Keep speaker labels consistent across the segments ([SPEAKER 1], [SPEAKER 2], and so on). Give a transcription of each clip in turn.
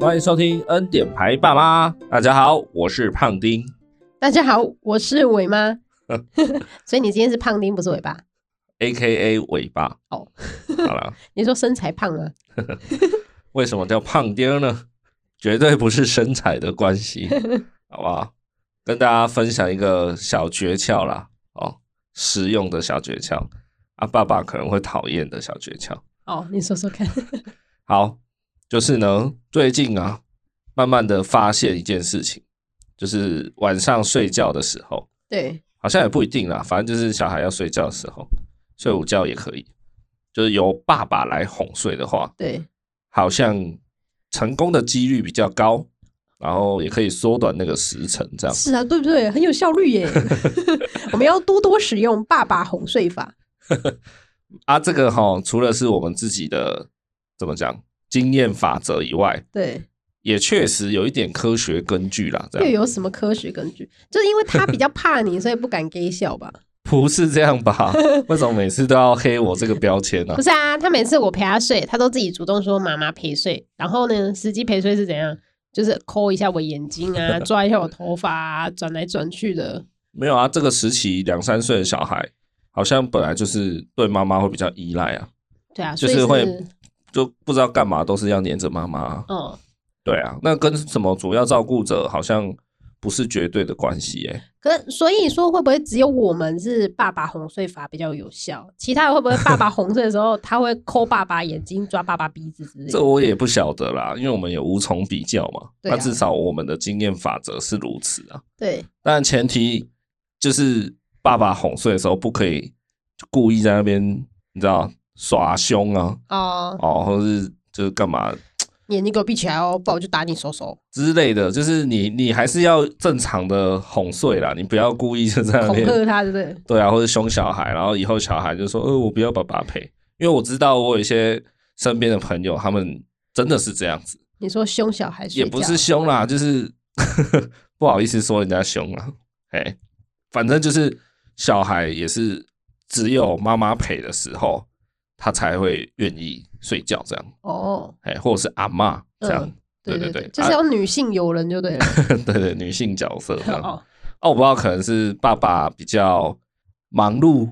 [SPEAKER 1] 欢迎收听《恩典牌爸妈》。大家好，我是胖丁。
[SPEAKER 2] 大家好，我是伟 妈， 所以你今天是胖丁，不是尾巴
[SPEAKER 1] A K A 尾巴。
[SPEAKER 2] 哦。
[SPEAKER 1] 好了，
[SPEAKER 2] 你说身材胖啊？
[SPEAKER 1] 为什么叫胖丁呢？绝对不是身材的关系，好不好？跟大家分享一个小诀窍啦，哦，实用的小诀窍啊，爸爸可能会讨厌的小诀窍。
[SPEAKER 2] 哦，你说说看。
[SPEAKER 1] 好，就是呢，最近啊，慢慢的发现一件事情，就是晚上睡觉的时候，
[SPEAKER 2] 对，
[SPEAKER 1] 好像也不一定啦，反正就是小孩要睡觉的时候，睡午觉也可以，就是由爸爸来哄睡的话，
[SPEAKER 2] 对，
[SPEAKER 1] 好像成功的几率比较高，然后也可以缩短那个时辰，这样
[SPEAKER 2] 是啊，对不对？很有效率 耶。 我们要多多使用爸爸哄睡法。
[SPEAKER 1] 啊。这个哈、除了是我们自己的怎么讲经验法则以外，
[SPEAKER 2] 对，
[SPEAKER 1] 也确实有一点科学根据啦。这
[SPEAKER 2] 又
[SPEAKER 1] 样
[SPEAKER 2] 有什么科学根据？就是因为他比较怕你，所以不敢给笑 吧？
[SPEAKER 1] 不是这样 吧？为什么每次都要黑我这个标签呢、
[SPEAKER 2] 不是啊，他每次我陪他睡，他都自己主动说妈妈陪睡。然后呢，实际陪睡是怎样？就是抠一下我眼睛 啊，抓一下我头发啊，转来转去的。
[SPEAKER 1] 没有啊，这个时期两三岁的小孩，好像本来就是对妈妈会比较依赖啊，
[SPEAKER 2] 对啊，
[SPEAKER 1] 就
[SPEAKER 2] 所以
[SPEAKER 1] 是会
[SPEAKER 2] 是
[SPEAKER 1] 就不知道干嘛都是要黏着妈妈啊。
[SPEAKER 2] 嗯，
[SPEAKER 1] 对啊，那跟什么主要照顾者好像不是绝对的关系耶、
[SPEAKER 2] 可所以说，会不会只有我们是爸爸哄睡法比较有效？其他人会不会 爸爸哄睡的时候，他会抠爸爸眼睛、抓爸爸鼻子之类
[SPEAKER 1] 这
[SPEAKER 2] 的？
[SPEAKER 1] 我也不晓得啦，因为我们也无从比较嘛。
[SPEAKER 2] 对
[SPEAKER 1] 那
[SPEAKER 2] 啊
[SPEAKER 1] 至少我们的经验法则是如此啊。
[SPEAKER 2] 对
[SPEAKER 1] 但前提就是爸爸哄睡的时候不可以故意在那边，你知道耍凶啊，
[SPEAKER 2] 哦，
[SPEAKER 1] 哦，或是就是干嘛
[SPEAKER 2] 你眼睛给我闭起来哦，不然我就打你 手手，
[SPEAKER 1] 之类的，就是你你还是要正常的哄睡啦，你不要故意就在那
[SPEAKER 2] 恐
[SPEAKER 1] 边
[SPEAKER 2] 吓他，对不对？
[SPEAKER 1] 对啊，或者凶小孩，然后以后小孩就说：“呃，我不要爸爸陪。”因为我知道我有一些身边的朋友，他们真的是这样子，
[SPEAKER 2] 你说凶小孩睡
[SPEAKER 1] 也
[SPEAKER 2] 觉
[SPEAKER 1] 不是凶啦，就是 不好意思说人家凶啦，哎，反正就是小孩也是只有妈妈陪的时候，他才会愿意睡觉这样，
[SPEAKER 2] 哦，
[SPEAKER 1] 哎，或者是阿嬷这样，
[SPEAKER 2] 嗯
[SPEAKER 1] 对
[SPEAKER 2] 对
[SPEAKER 1] 对，
[SPEAKER 2] 就是要女性友人就 对了。
[SPEAKER 1] 啊对对女性角色这样。
[SPEAKER 2] 哦，
[SPEAKER 1] 哦，我不知道，可能是爸爸比较忙碌，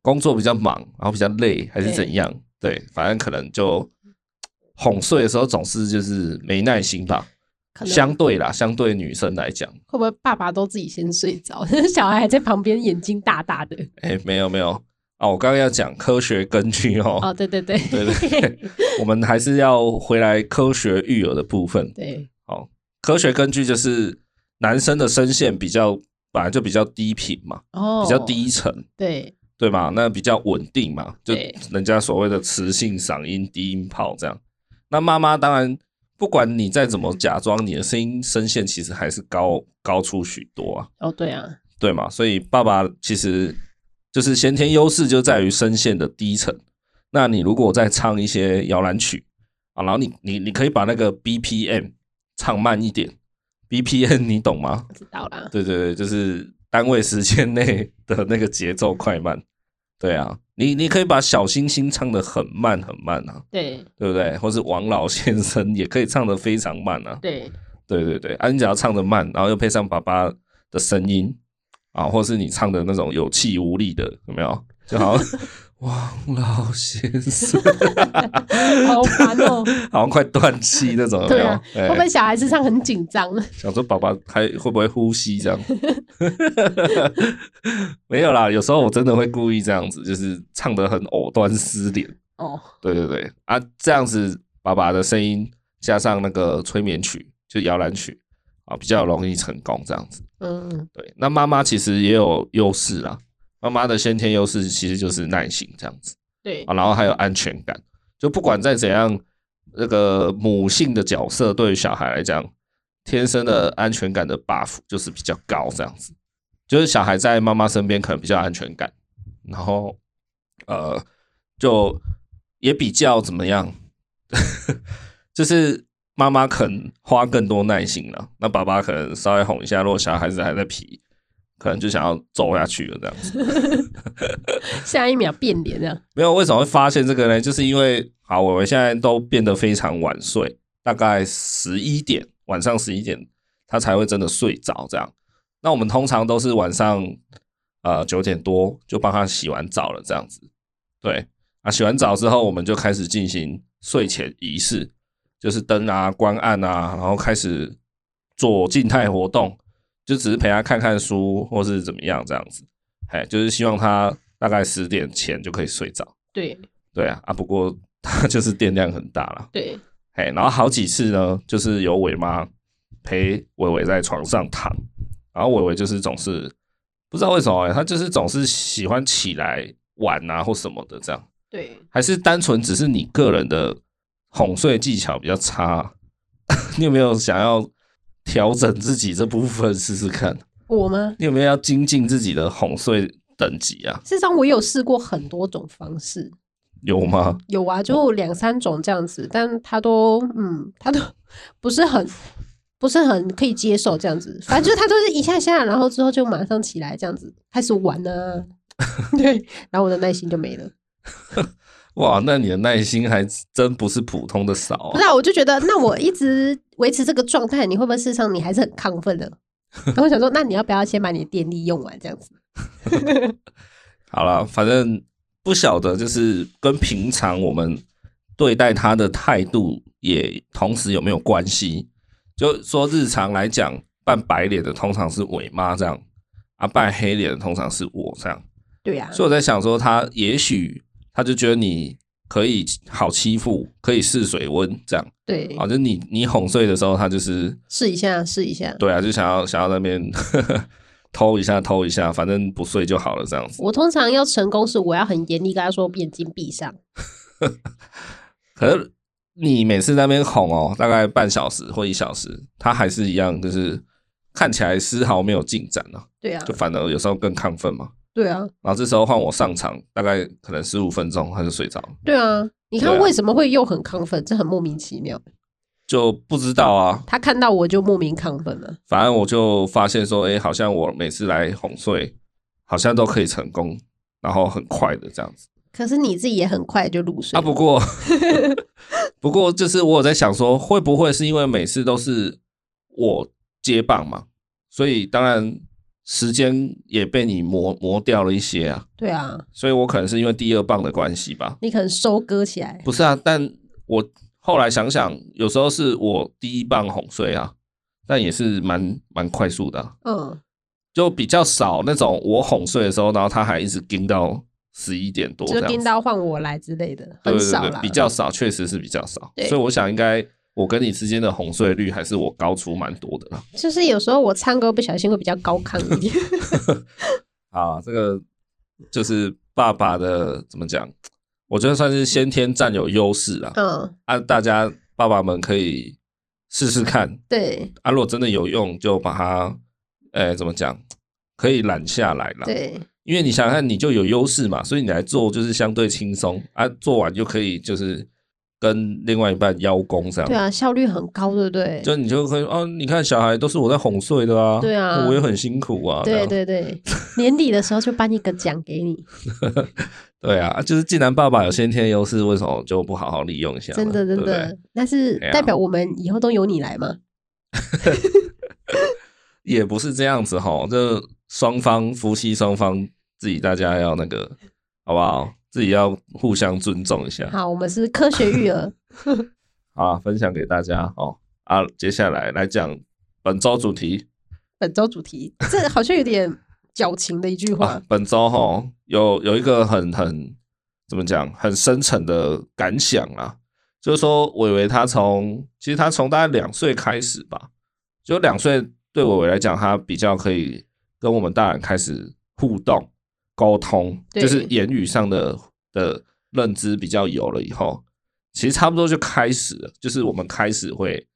[SPEAKER 1] 工作比较忙，然后比较累，还是怎样？对，反正可能就哄睡的时候总是就是没耐心吧。
[SPEAKER 2] 可能
[SPEAKER 1] 相对啦，相对女生来讲，
[SPEAKER 2] 会不会爸爸都自己先睡着， 小孩还在旁边眼睛大大的？
[SPEAKER 1] 哎、没有没有啊，我刚刚要讲科学根据哦，
[SPEAKER 2] 哦，对对对
[SPEAKER 1] 对对对，我们还是要回来科学育儿的部分。
[SPEAKER 2] 对，
[SPEAKER 1] 科学根据就是男生的声线比较本来就比较低频嘛，
[SPEAKER 2] 哦，
[SPEAKER 1] 比较，低沉。
[SPEAKER 2] 对
[SPEAKER 1] 对嘛，那比较稳定嘛，就
[SPEAKER 2] 对
[SPEAKER 1] 人家所谓的磁性嗓音、低音炮这样。那妈妈当然，不管你再怎么假装，你的声音声线其实还是高高出许多啊，
[SPEAKER 2] 哦对啊，
[SPEAKER 1] 对嘛？所以爸爸其实就是先天优势就在于声线的低沉。那你如果再唱一些摇篮曲啊，然后你你你可以把那个 BPM 唱慢一点，BPM 你懂吗？
[SPEAKER 2] 知道啦。
[SPEAKER 1] 对对对，就是单位时间内
[SPEAKER 2] 嗯
[SPEAKER 1] 的那个节奏快慢。对啊，你你可以把小星星唱的很慢很慢啊，
[SPEAKER 2] 对
[SPEAKER 1] 对不对？或是王老先生也可以唱的非常慢啊。
[SPEAKER 2] 对，
[SPEAKER 1] 对对对，啊，你只要唱的慢，然后又配上爸爸的声音啊，或是你唱的那种有气无力的，有没有？就好 像王老先生
[SPEAKER 2] 好烦哦。
[SPEAKER 1] 好像快断气那种，有没
[SPEAKER 2] 对
[SPEAKER 1] 有
[SPEAKER 2] 啊？，
[SPEAKER 1] 哎
[SPEAKER 2] 会不会小孩子上很紧张？
[SPEAKER 1] 想说爸爸还会不会呼吸这样？ 没有啦，有时候我真的会故意这样子，就是唱的很藕断丝连。
[SPEAKER 2] 哦，
[SPEAKER 1] 对对对，啊，这样子爸爸的声音加上那个催眠曲，就摇篮曲啊，比较容易成功这样子。
[SPEAKER 2] 嗯，
[SPEAKER 1] 对，那妈妈其实也有优势啦，妈妈的先天优势其实就是耐心这样子
[SPEAKER 2] 对，
[SPEAKER 1] 啊，然后还有安全感，就不管再怎样，那个母性的角色对于小孩来讲，天生的安全感的 buff 就是比较高，这样子，就是小孩在妈妈身边可能比较安全感，然后呃，就也比较怎么样， 就是妈妈肯花更多耐心了，那爸爸可能稍微哄一下，如果小孩子还在皮，可能就想要揍下去了这样子。
[SPEAKER 2] 下一秒变脸这样。啊
[SPEAKER 1] 没有，为什么会发现这个呢？就是因为好，我们现在都变得非常晚睡，大概十一点，晚上十一点，他才会真的睡着这样。那我们通常都是晚上呃九点多就帮他洗完澡了，这样子。对，啊，洗完澡之后，我们就开始进行睡前仪式，就是灯啊、关暗啊，然后开始做静态活动，就只是陪他看看书或是怎么样这样子。哎，就是希望他大概十点前就可以睡着。
[SPEAKER 2] 对
[SPEAKER 1] 对啊，啊，不过他 就是电量很大啦。
[SPEAKER 2] 对，
[SPEAKER 1] 哎，然后好几次呢，就是有伟妈陪伟伟在床上躺，然后伟伟就是总是不知道为什么、欸，他就是总是喜欢起来玩啊或什么的这样，
[SPEAKER 2] 对，
[SPEAKER 1] 还是单纯只是你个人的哄睡技巧比较差？ 你有没有想要调整自己这部分试试看？
[SPEAKER 2] 我吗？
[SPEAKER 1] 你有没有要精进自己的哄睡等级啊？
[SPEAKER 2] 事实上，我有试过很多种方式，
[SPEAKER 1] 有吗？
[SPEAKER 2] 有啊，就两三种这样子，但他都嗯，他都 不是很不是很可以接受这样子，反正就是他都是一下下，然后之后就马上起来这样子开始玩啊， 对，然后我的耐心就没了。
[SPEAKER 1] 哇，那你的耐心还真不是普通的少
[SPEAKER 2] 不
[SPEAKER 1] 啊
[SPEAKER 2] 是、！啊，我就觉得，那我一直维持这个状态，你会不会事实上你还是很亢 奋的？然后我想说，那你要不要先把你的电力用完，这样子？
[SPEAKER 1] 好了，反正不晓得，就是跟平常我们对待他的态度也同时有没有关系？就说日常来讲，扮白脸的通常是伟妈这样，啊，扮黑脸的通常是我这样。
[SPEAKER 2] 对呀、啊，
[SPEAKER 1] 所以我在想说，他也许他就觉得你可以好欺负，可以试水温这样，
[SPEAKER 2] 对，
[SPEAKER 1] 好，就你你哄睡的时候，他就是
[SPEAKER 2] 试一下，试一下。
[SPEAKER 1] 对啊，就想要想要那边 偷一下偷一下，反正不睡就好了这样子。
[SPEAKER 2] 我通常要成功是我要很严厉跟他说眼睛闭上，
[SPEAKER 1] 可是你每次在那边哄哦，大概半小时或一小时，他还是一样，就是看起来丝毫没有进展啊，
[SPEAKER 2] 对啊
[SPEAKER 1] 就，反而有时候更亢奋嘛。
[SPEAKER 2] 对啊，
[SPEAKER 1] 然后这时候换我上场，大概可能十五分钟他就睡着了，
[SPEAKER 2] 对啊。你看
[SPEAKER 1] 对啊
[SPEAKER 2] 为什么会又很亢奋？这很莫名其妙。
[SPEAKER 1] 就不知道啊。
[SPEAKER 2] 他看到我就莫名亢奋了，
[SPEAKER 1] 反正我就发现说，哎，好像我每次来哄睡，好像都可以成功，然后很快的这样子。
[SPEAKER 2] 可是你自己也很快就入睡
[SPEAKER 1] 啊，
[SPEAKER 2] 了。
[SPEAKER 1] 不过 不过就是我有在想说，会不会是因为每次都是我接棒嘛，所以当然时间也被你磨磨掉了一些啊，
[SPEAKER 2] 对啊，
[SPEAKER 1] 所以我可能是因为第二棒的关系吧。
[SPEAKER 2] 你可能收割起来。
[SPEAKER 1] 不是啊，但我后来想想，有时候是我第一棒哄睡啊，但也是蛮蛮快速的啊、
[SPEAKER 2] 嗯，
[SPEAKER 1] 就比较少那种我哄睡的时候，然后他还一直盯到十一点多这
[SPEAKER 2] 就
[SPEAKER 1] 样子，
[SPEAKER 2] 盯到换我来之类的，
[SPEAKER 1] 对
[SPEAKER 2] 很
[SPEAKER 1] 对
[SPEAKER 2] 少
[SPEAKER 1] 对
[SPEAKER 2] 啦。
[SPEAKER 1] 比较少，确实是比较少
[SPEAKER 2] 对。
[SPEAKER 1] 所以我想，应该我跟你之间的哄睡率还是我高出蛮多的啦。
[SPEAKER 2] 就是有时候我唱歌不小心会比较高亢一点。
[SPEAKER 1] 啊，这个就是爸爸的怎么讲？我觉得算是先天占有优势啦。
[SPEAKER 2] 嗯，
[SPEAKER 1] 啊，大家爸爸们可以试试看
[SPEAKER 2] 对
[SPEAKER 1] 啊，如果真的有用，就把它，呃，怎么讲？可以揽下来啦。
[SPEAKER 2] 对
[SPEAKER 1] 因为你想想看，你就有优势嘛，所以你来做就是相对轻松啊，做完就可以就是跟另外一半邀功这样。
[SPEAKER 2] 对啊，效率很高，对不对？
[SPEAKER 1] 就你就会哦，你看小孩都是我在哄睡的啊，
[SPEAKER 2] 对啊
[SPEAKER 1] 我也很辛苦啊，这
[SPEAKER 2] 对
[SPEAKER 1] 样
[SPEAKER 2] 对对，年底的时候就颁一个奖给你，
[SPEAKER 1] 对啊，就是既然爸爸有先天优势，为什么就不好好利用一下呢？
[SPEAKER 2] 真的
[SPEAKER 1] 啊对
[SPEAKER 2] 真
[SPEAKER 1] 不对
[SPEAKER 2] 的，那是
[SPEAKER 1] 对啊
[SPEAKER 2] 代表我们以后都由你来嘛？
[SPEAKER 1] 也不是这样子哈，这双方夫妻双方自己大家要那个好不好？自己要互相尊重一下
[SPEAKER 2] 好，我们是科学育 儿，
[SPEAKER 1] 啊，分享给大家哦啊，接下来来讲本周主题
[SPEAKER 2] 本周主题，这好像有点矫情的一句
[SPEAKER 1] 啊
[SPEAKER 2] 话，，
[SPEAKER 1] 本周哈有有一个很很怎么讲，很深沉的感想啊，就是说伟伟他从其实他从大概两岁开始吧，就两岁对伟伟来讲，他比较可以跟我们大人开始互动沟通，
[SPEAKER 2] 对
[SPEAKER 1] 就是言语上的的认知比较有了以后，其实差不多就开始了，就是我们开始会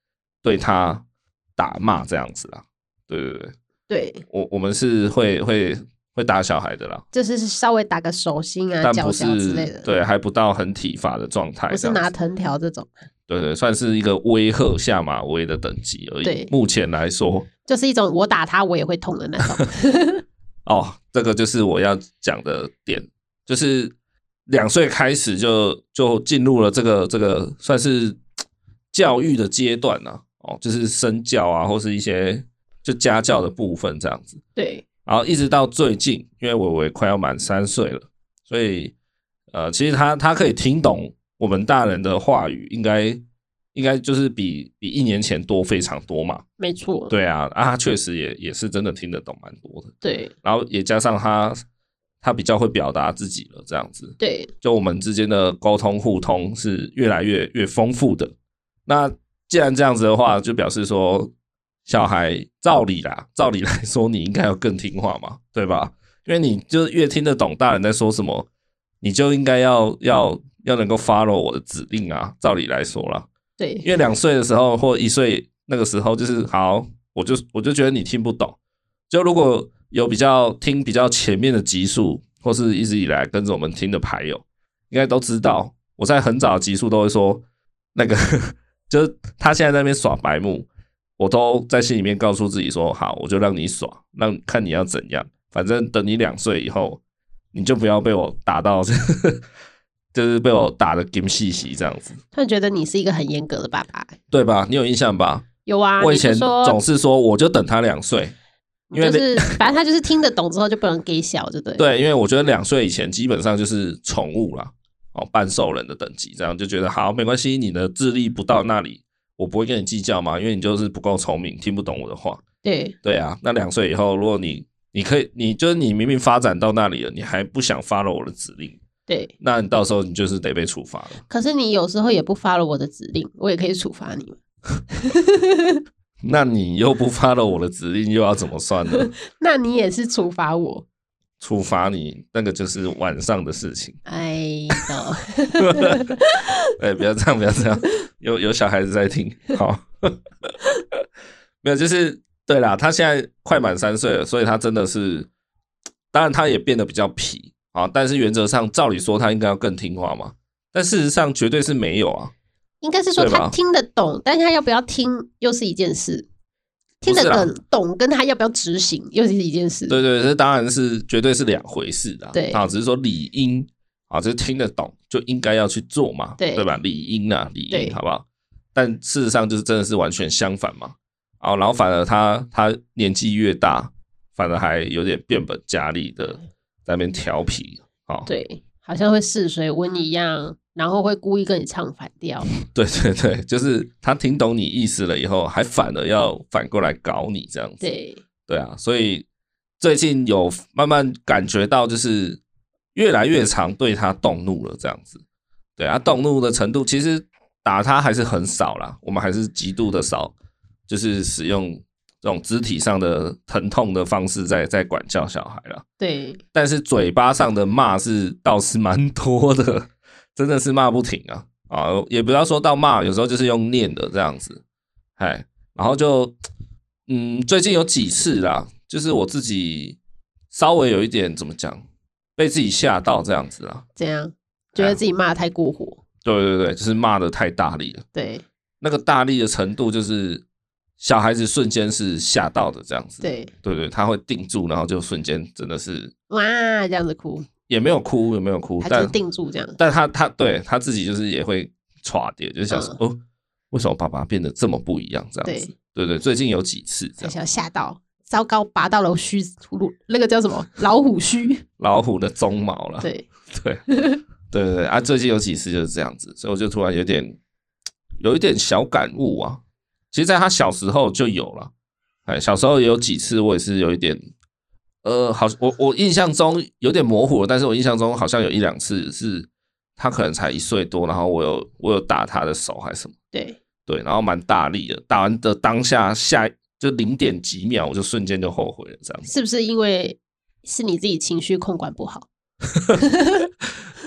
[SPEAKER 1] 对他打骂这样子啦，对对对。
[SPEAKER 2] 对，
[SPEAKER 1] 我我们是会会会打小孩的啦，
[SPEAKER 2] 就是稍微打个手心啊、
[SPEAKER 1] 但
[SPEAKER 2] 脚
[SPEAKER 1] 不
[SPEAKER 2] 脚之类
[SPEAKER 1] 是
[SPEAKER 2] 的，，
[SPEAKER 1] 对，还不到很体罚的状态
[SPEAKER 2] 不
[SPEAKER 1] 这
[SPEAKER 2] 是
[SPEAKER 1] 样子，
[SPEAKER 2] 拿藤条这种，
[SPEAKER 1] 对对，算是一个威吓下马威的等级而
[SPEAKER 2] 对
[SPEAKER 1] 已。目前来说，
[SPEAKER 2] 就是一种我打他我也会痛的那种。
[SPEAKER 1] 哦，这个就是我要讲的点，就是两岁开始就就进入了这个这个算是。教育的阶段呢、哦，就是身教啊，或是一些就家教的部分这样子。
[SPEAKER 3] 对，
[SPEAKER 1] 然后一直到最近，因为伟伟快要满三岁了，所以呃，其实他他可以听懂我们大人的话语，应该应该就是比比一年前多非常多嘛。
[SPEAKER 3] 没错，
[SPEAKER 1] 对啊，啊，他确实也也是真的听得懂蛮多的，
[SPEAKER 3] 对
[SPEAKER 1] 然后也加上他他比较会表达自己了，这样子，
[SPEAKER 3] 对
[SPEAKER 1] 就我们之间的沟通互通是越来越越丰富的。那既然这样子的话，就表示说，小孩照理啦，照理来说，你应该要更听话嘛，对吧？因为你就越听得懂大人在说什么，你就应该要要要能够 follow 我的指令啊。照理来说啦，因
[SPEAKER 3] 对
[SPEAKER 1] 为两岁的时候或一岁那个时候，就是好，我就我就觉得你听不懂。就如果有比较听比较前面的集数，或是一直以来跟着我们听的牌友，应该都知道，我在很早的集数都会说，那个 就是他现在在那边耍白目，我都在心里面告诉自己说，好，我就让你耍，让看你要怎样，反正等你两岁以后，你就不要被我打到， 就是被我打的金细细这样子，
[SPEAKER 3] 突然觉得你是一个很严格的爸爸。
[SPEAKER 1] 对吧？你有印象吧？
[SPEAKER 3] 有啊，
[SPEAKER 1] 我以
[SPEAKER 3] 你就
[SPEAKER 1] 前
[SPEAKER 3] 说
[SPEAKER 1] 总是说，我就等他两岁，因为
[SPEAKER 3] 就是反正他就是听得懂之后就不能给小，就对。，
[SPEAKER 1] 对，因为我觉得两岁以前基本上就是宠物啦，哦，半兽人的等级，这样就觉得好没关系，你的智力不到那里，我不会跟你计较嘛，因为你就是不够聪明，听不懂我的话。
[SPEAKER 3] 对
[SPEAKER 1] 对啊，那两岁以后，如果你你可以，你就是你明明发展到那里了，你还不想 follow 我的指令，
[SPEAKER 3] 对。
[SPEAKER 1] 那你到时候你就是得被处罚了。
[SPEAKER 3] 可是你有时候也不发了我的指令，我也可以处罚你。
[SPEAKER 1] 那你又不 follow 我的指令，又要怎么算呢？
[SPEAKER 3] 那你也是处罚我。
[SPEAKER 1] 处罚你那个就是晚上的事情。
[SPEAKER 3] 哎呦，
[SPEAKER 1] 哎，不要这样，不要这样，有有小孩子在听，好， 没有，就是对啦，他现在快满三岁了，所以他真的是，当然他也变得比较皮啊，但是原则上照理说他应该要更听话嘛，但事实上绝对是没有啊，
[SPEAKER 3] 应该是说
[SPEAKER 1] 对吧
[SPEAKER 3] 他听得懂，但是他要不要听又是一件事。听得
[SPEAKER 1] 不是啦
[SPEAKER 3] 懂懂跟他要不要执行又是一件事。
[SPEAKER 1] 对对，这当然是绝对是两回事的，
[SPEAKER 3] 对
[SPEAKER 1] 啊，只是说理应啊，就是听得懂就应该要去做嘛，
[SPEAKER 3] 对
[SPEAKER 1] 对吧？理应啊，理
[SPEAKER 3] 对
[SPEAKER 1] 应，好不好？但事实上就是真的是完全相反嘛，啊，然后反而他他年纪越大，反而还有点变本加厉的在那边调皮，啊，
[SPEAKER 3] 对，好像会试水温一样，然后会故意跟你唱反调。
[SPEAKER 1] 对对对，就是他听懂你意思了以后，还反而要反过来搞你这样子，
[SPEAKER 3] 对，
[SPEAKER 1] 对啊，所以最近有慢慢感觉到，就是越来越常对他动怒了，这样子。对啊，动怒的程度其实打他还是很少啦，我们还是极度的少，就是使用这种肢体上的疼痛的方式在在管教小孩啦。
[SPEAKER 3] 对，
[SPEAKER 1] 但是嘴巴上的骂是倒是蛮多的， 真的是骂不停啊啊！也不要说到骂，有时候就是用念的这样子，哎，然后就嗯，最近有几次啦，就是我自己稍微有一点怎么讲，被自己吓到这样子啦。
[SPEAKER 3] 这样觉
[SPEAKER 1] 哎
[SPEAKER 3] 得自己骂得太过火。
[SPEAKER 1] 对对对，就是骂的太大力了，
[SPEAKER 3] 对
[SPEAKER 1] 那个大力的程度就是小孩子瞬间是吓到的这样子。
[SPEAKER 3] 对，
[SPEAKER 1] 对对，他会定住，然后就瞬间真的是
[SPEAKER 3] 哇，这样子哭，
[SPEAKER 1] 也没有哭，也没有哭，
[SPEAKER 3] 他就
[SPEAKER 1] 但
[SPEAKER 3] 是定住这样。
[SPEAKER 1] 但他他对他自己就是也会垮掉，就是想说、哦，为什么爸爸变得这么不一样这样子？对对，最近有几次
[SPEAKER 3] 才
[SPEAKER 1] 这样，
[SPEAKER 3] 想吓到，糟糕，拔到了须，那个叫什么 老虎须？
[SPEAKER 1] 老虎的鬃毛了，
[SPEAKER 3] 对，
[SPEAKER 1] 对对对对啊，最近有几次就是这样子，所以我就突然有点有一点小感悟啊。其实，在他小时候就有了，哎，小时候也有几次我也是有一点，呃，好，我我印象中有点模糊了，但是我印象中好像有一两次是他可能才一岁多，然后我有我有打他的手还是什么。
[SPEAKER 3] 对，
[SPEAKER 1] 对，然后蛮大力的，打完的当下下就零点几秒，我就瞬间就后悔了，这样子。
[SPEAKER 3] 是不是因为是你自己情绪控管不好？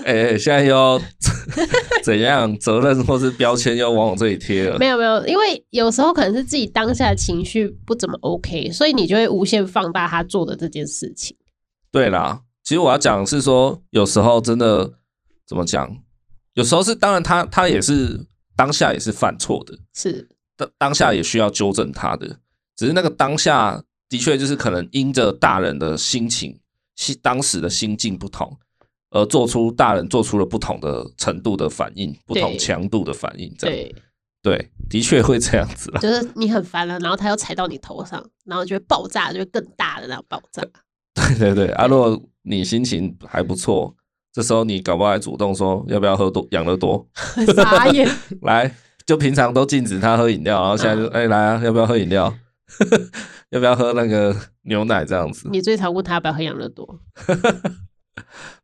[SPEAKER 1] 哎、现在又 怎样责任或是标签又往我这里贴了
[SPEAKER 3] 没？有没有，因为有时候可能是自己当下情绪不怎么 OK，所以你就会无限放大他做的这件事情。
[SPEAKER 1] 对啦，其实我要讲的是说，有时候真的怎么讲，有时候是当然他他也是当下也是犯错的，
[SPEAKER 3] 是，
[SPEAKER 1] 当当下也需要纠正他的，只是那个当下的确就是可能因着大人的心情、是当时的心境不同，而做出大人做出了不同的程度的反应、不同
[SPEAKER 3] 对
[SPEAKER 1] 强度的反应。这样
[SPEAKER 3] 对
[SPEAKER 1] 对，的确会这样子啦。
[SPEAKER 3] 就是你很烦了，然后他又踩到你头上，然后就会爆炸，就会更大的那种爆 炸。
[SPEAKER 1] 对对对，啊，如果你心情还不错，这时候你搞不好还主动说要不要喝多养乐多，
[SPEAKER 3] 傻眼，
[SPEAKER 1] 来，就平常都禁止他喝饮料，然后现在就哎、来啊，要不要喝饮料？ 要不要喝那个牛奶这样子？
[SPEAKER 3] 你最常问他要不要喝养乐多，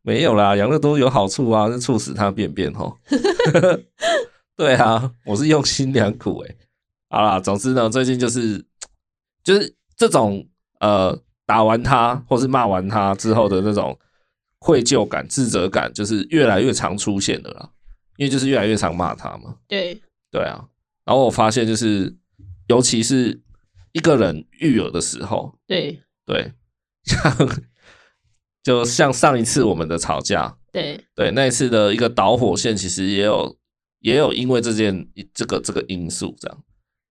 [SPEAKER 1] 没有啦，养乐多有好处啊，是促使它便便吼。对啊，我是用心良苦诶、好啦，总之呢，最近就是就是这种呃，打完他或是骂完他之后的那种愧疚感、自责感，就是越来越常出现的啦。因为就是越来越常骂他嘛。
[SPEAKER 3] 对，
[SPEAKER 1] 对啊，然后我发现就是，尤其是一个人育儿的时候，
[SPEAKER 3] 对，
[SPEAKER 1] 对，像 就像上一次我们的吵架，
[SPEAKER 3] 对，
[SPEAKER 1] 对，那一次的一个导火线，其实也有也有因为这件这个这个因素，这样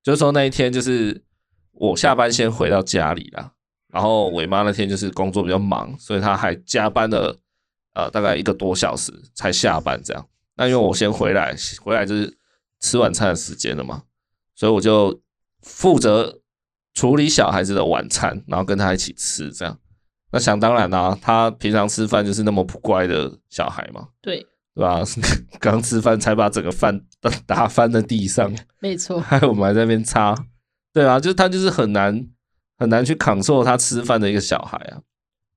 [SPEAKER 1] 就是说那一天就是我下班先回到家里啦，然后伟妈那天就是工作比较忙，所以她还加班了呃大概一个多小时才下班这样。那因为我先回来，回来就是吃晚餐的时间了嘛，所以我就负责处理小孩子的晚餐，然后跟他一起吃这样。那想当然啦、他平常吃饭就是那么不乖的小孩嘛，
[SPEAKER 3] 对，
[SPEAKER 1] 对吧？ 刚吃饭才把整个饭 打打翻在地上，
[SPEAKER 3] 没错，
[SPEAKER 1] 还有我们还在那边擦，对啊，就是他就是很难很难去 control 他吃饭的一个小孩啊。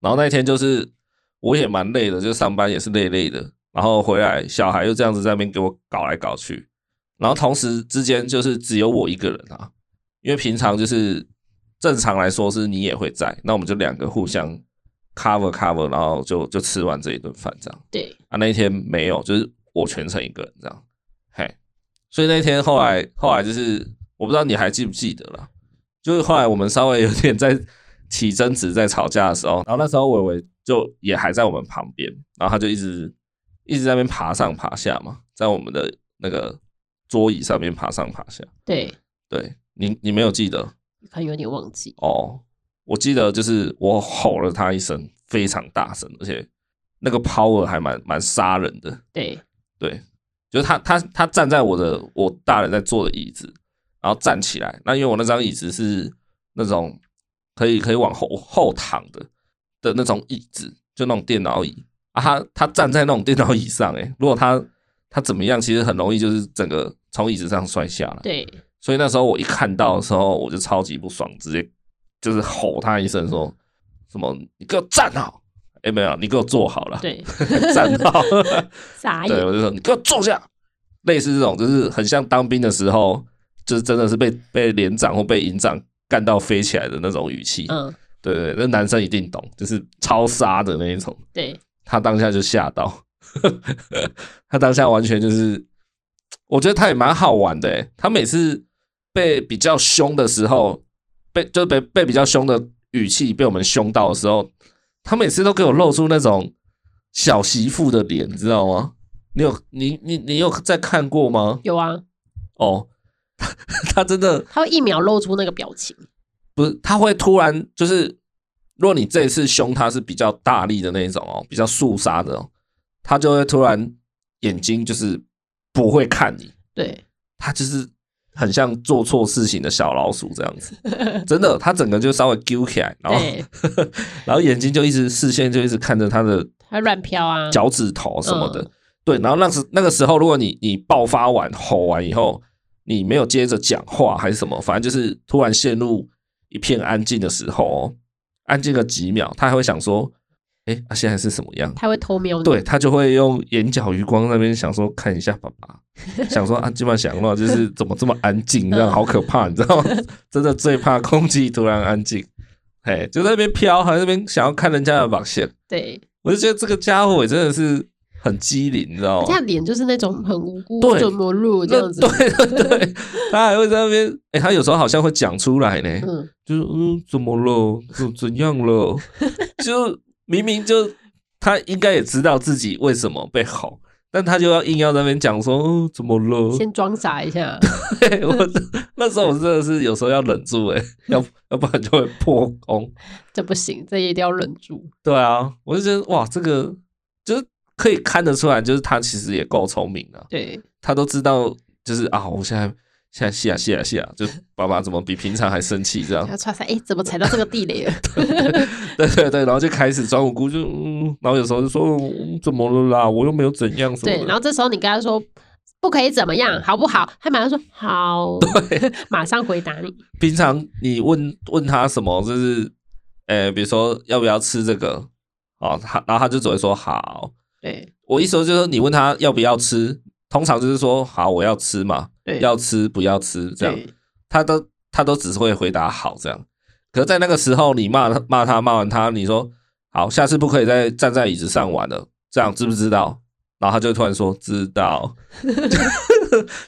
[SPEAKER 1] 然后那一天就是我也蛮累的，就上班也是累累的，然后回来小孩又这样子在那边给我搞来搞去，然后同时之间就是只有我一个人啊，因为平常就是正常来说是你也会在，那我们就两个互相 cover cover，然后就就吃完这一顿饭这样。
[SPEAKER 3] 对，
[SPEAKER 1] 啊，那一天没有，就是我全程一个人这样，嘿，所以那一天后来后来就是我不知道你还记不记得了，就是后来我们稍微有点在起争执、在吵架的时候，然后那时候伟伟就也还在我们旁边，然后他就一直一直在那边爬上爬下嘛，在我们的那个桌椅上面爬上爬下，
[SPEAKER 3] 对，
[SPEAKER 1] 对你你没有记得
[SPEAKER 3] 可能有点忘记，
[SPEAKER 1] 哦，我记得就是我吼了他一声，非常大声，而且那个 power 还蛮蛮杀人的。
[SPEAKER 3] 对，
[SPEAKER 1] 对，就是他他他站在我的我大人在坐的椅子，然后站起来。那因为我那张椅子是那种可以可以往后后躺的的那种椅子，就那种电脑椅啊。他他站在那种电脑椅上、欸，诶，如果他他怎么样，其实很容易就是整个从椅子上摔下来。
[SPEAKER 3] 对，
[SPEAKER 1] 所以那时候我一看到的时候，我就超级不爽，直接就是吼他一声说什么“你给我站好”，哎、没有，你给我坐好了，
[SPEAKER 3] 对，
[SPEAKER 1] 站好。
[SPEAKER 3] 傻
[SPEAKER 1] 对，
[SPEAKER 3] 眼，
[SPEAKER 1] 我就说你给我坐下。类似这种，就是很像当兵的时候，就是真的是被被连长或被营长干到飞起来的那种语气。
[SPEAKER 3] 嗯，
[SPEAKER 1] 对对，对那男生一定懂，就是超杀的那一种。
[SPEAKER 3] 对，
[SPEAKER 1] 他当下就吓到，他当下完全就是，我觉得他也蛮好玩的欸。他每次被比较凶的时候，被就是被被比较凶的语气被我们凶到的时候，他每次都给我露出那种小媳妇的脸，你知道吗？你有你你你有在看过吗？
[SPEAKER 3] 有啊，
[SPEAKER 1] 哦， 他真的
[SPEAKER 3] 他会一秒露出那个表情，
[SPEAKER 1] 不是，他会突然就是，如果你这一次凶他是比较大力的那一种哦，比较肃杀的哦，他就会突然眼睛就是不会看你，
[SPEAKER 3] 对，
[SPEAKER 1] 他就是很像做错事情的小老鼠这样子，真的，他整个就稍微揪起来，然后
[SPEAKER 3] 对，
[SPEAKER 1] 然后眼睛就一直视线就一直看着他的
[SPEAKER 3] 他会乱飘
[SPEAKER 2] 嗯
[SPEAKER 3] 啊，
[SPEAKER 1] 脚趾头什么的。
[SPEAKER 3] 嗯
[SPEAKER 1] 对，然后那时那个时候，如果你你爆发完吼完以后，你没有接着讲话还是什么，反正就是突然陷入一片安静的时候、哦，安静个几秒，他还会想说：“哎、啊，现在是什么样
[SPEAKER 3] 他会偷
[SPEAKER 2] 嗯
[SPEAKER 3] 瞄？”你，
[SPEAKER 1] 对他就会用眼角余光那边想说看一下爸爸，想说啊，基本上想到就是怎么这么安静，这样好可怕，你知道吗？真的最怕空气突然安静，哎，就在那边飘，还在那边想要看人家的网线。
[SPEAKER 3] 对，
[SPEAKER 1] 我就觉得这个家伙也真的是很机灵，你知道
[SPEAKER 3] 而且他
[SPEAKER 1] 吗？
[SPEAKER 3] 脸就是那种很无辜
[SPEAKER 1] 哦对
[SPEAKER 3] 怎么录这
[SPEAKER 1] 那
[SPEAKER 3] 样子，
[SPEAKER 1] 对 对对，他还会在那边，哎、他有时候好像会讲出来呢，
[SPEAKER 3] 嗯，
[SPEAKER 1] 就是嗯，怎么了？怎怎样 了？就明明就他应该也知道自己为什么被吼，但他就要硬要在那边讲说，嗯，怎么了？
[SPEAKER 3] 先装傻一下，
[SPEAKER 1] 对我那时候我真的是有时候要忍住、哎，要要不然就会破功。
[SPEAKER 3] 这不行，这一定要忍住，
[SPEAKER 1] 对啊，我就觉得哇，这个就是可以看得出来，就是他其实也够聪明的、
[SPEAKER 3] 对，
[SPEAKER 1] 他都知道，就是啊，我现在现在是啊是啊是啊，就爸爸怎么比平常还生气 这样
[SPEAKER 2] 然？后穿上，哎，怎么踩到这个地 雷了？
[SPEAKER 1] 对对对，然后就开始装无辜，就嗯，然后有时候就说、嗯怎么了啦，我又没有怎样什么
[SPEAKER 2] 对，
[SPEAKER 1] 的。
[SPEAKER 2] 然后这时候你跟他说不可以怎么样，好不好？他马上说好， 马上回答你。
[SPEAKER 1] 平常你问问他什么，就是，呃，比如说要不要吃这个，哦，他然后他就只会说好。
[SPEAKER 2] 对
[SPEAKER 1] 我意思就是说，你问他要不要吃，通常就是说好，我要吃嘛，
[SPEAKER 2] 对，
[SPEAKER 1] 要吃不要吃这样，
[SPEAKER 2] 对
[SPEAKER 1] 他都他都只是会回答好这样。可是在那个时候，你骂他骂他骂完他，你说好，下次不可以再站在椅子上玩了，这样知不知道？然后他就会突然说知道。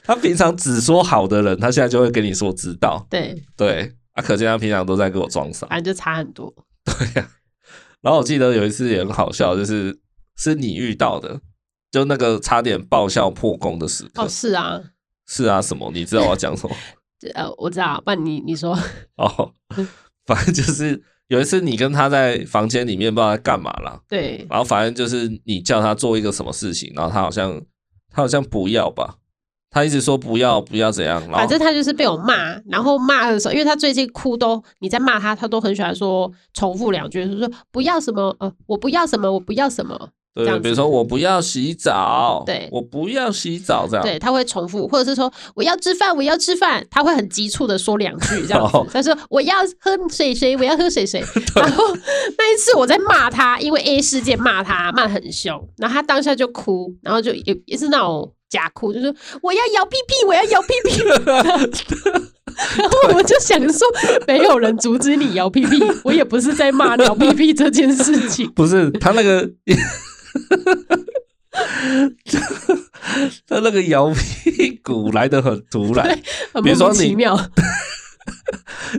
[SPEAKER 1] 他平常只说好的人，他现在就会跟你说知道。
[SPEAKER 2] 对，
[SPEAKER 1] 对，啊，可见他平常都在给我装傻。
[SPEAKER 2] 反正就差很多。
[SPEAKER 1] 然后我记得有一次也很好笑，就是是你遇到的，就那个差点爆笑破功的时刻。
[SPEAKER 2] 哦，是啊，
[SPEAKER 1] 是啊，什么？你知道我要讲什么？
[SPEAKER 2] 这呃，我知道，不然你你说，
[SPEAKER 1] 哦，反正就是有一次你跟他在房间里面不知道在干嘛啦，
[SPEAKER 2] 对
[SPEAKER 1] 然后反正就是你叫他做一个什么事情，然后他好像他好像不要吧，他一直说不要不要怎样，然
[SPEAKER 2] 反
[SPEAKER 1] 后嗯
[SPEAKER 2] 正他就是被我骂，然后骂的时候，因为他最近哭都你在骂他，他都很喜欢说重复两句，就说不要什么呃，我不要什么，我不要什么，这
[SPEAKER 1] 对，
[SPEAKER 2] 样
[SPEAKER 1] 比如
[SPEAKER 2] 子
[SPEAKER 1] 说我不要洗澡，
[SPEAKER 2] 对
[SPEAKER 1] 我不要洗澡这样，
[SPEAKER 2] 对，他会重复，或者是说我要吃饭，我要吃饭，他会很急促的说两句这样子
[SPEAKER 1] 哦，
[SPEAKER 2] 他说我要喝水水，我要 喝水水，然后那一次我在骂他，因为 A 事件骂他骂的很凶，然后他当下就哭，然后就也也是那种假哭，就是我要摇屁屁，我要摇屁 屁。然后我就想说，没有人阻止你摇屁屁，我也不是在骂摇屁屁这件事情。
[SPEAKER 1] 不是他那个他那个摇屁股来的很突然，
[SPEAKER 2] 很
[SPEAKER 1] 比如
[SPEAKER 2] 莫
[SPEAKER 1] 说
[SPEAKER 2] 名其
[SPEAKER 1] 你
[SPEAKER 2] 妙，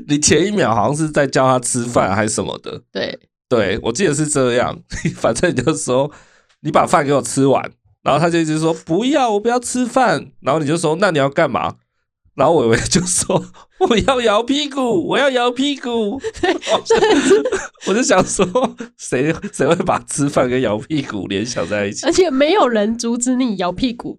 [SPEAKER 1] 你前一秒好像是在叫他吃饭还是什么的，
[SPEAKER 2] 对嗯
[SPEAKER 1] 对我记得是这样， 反正你就说你把饭给我吃完，然后他就一直说不要，我不要吃饭，然后你就说那你要干嘛？然后伟伟就说 我要摇屁 股，我要摇屁股， 我就想说谁谁会把吃饭跟摇屁股联想在一起
[SPEAKER 2] 而，且没有人阻止你摇屁股，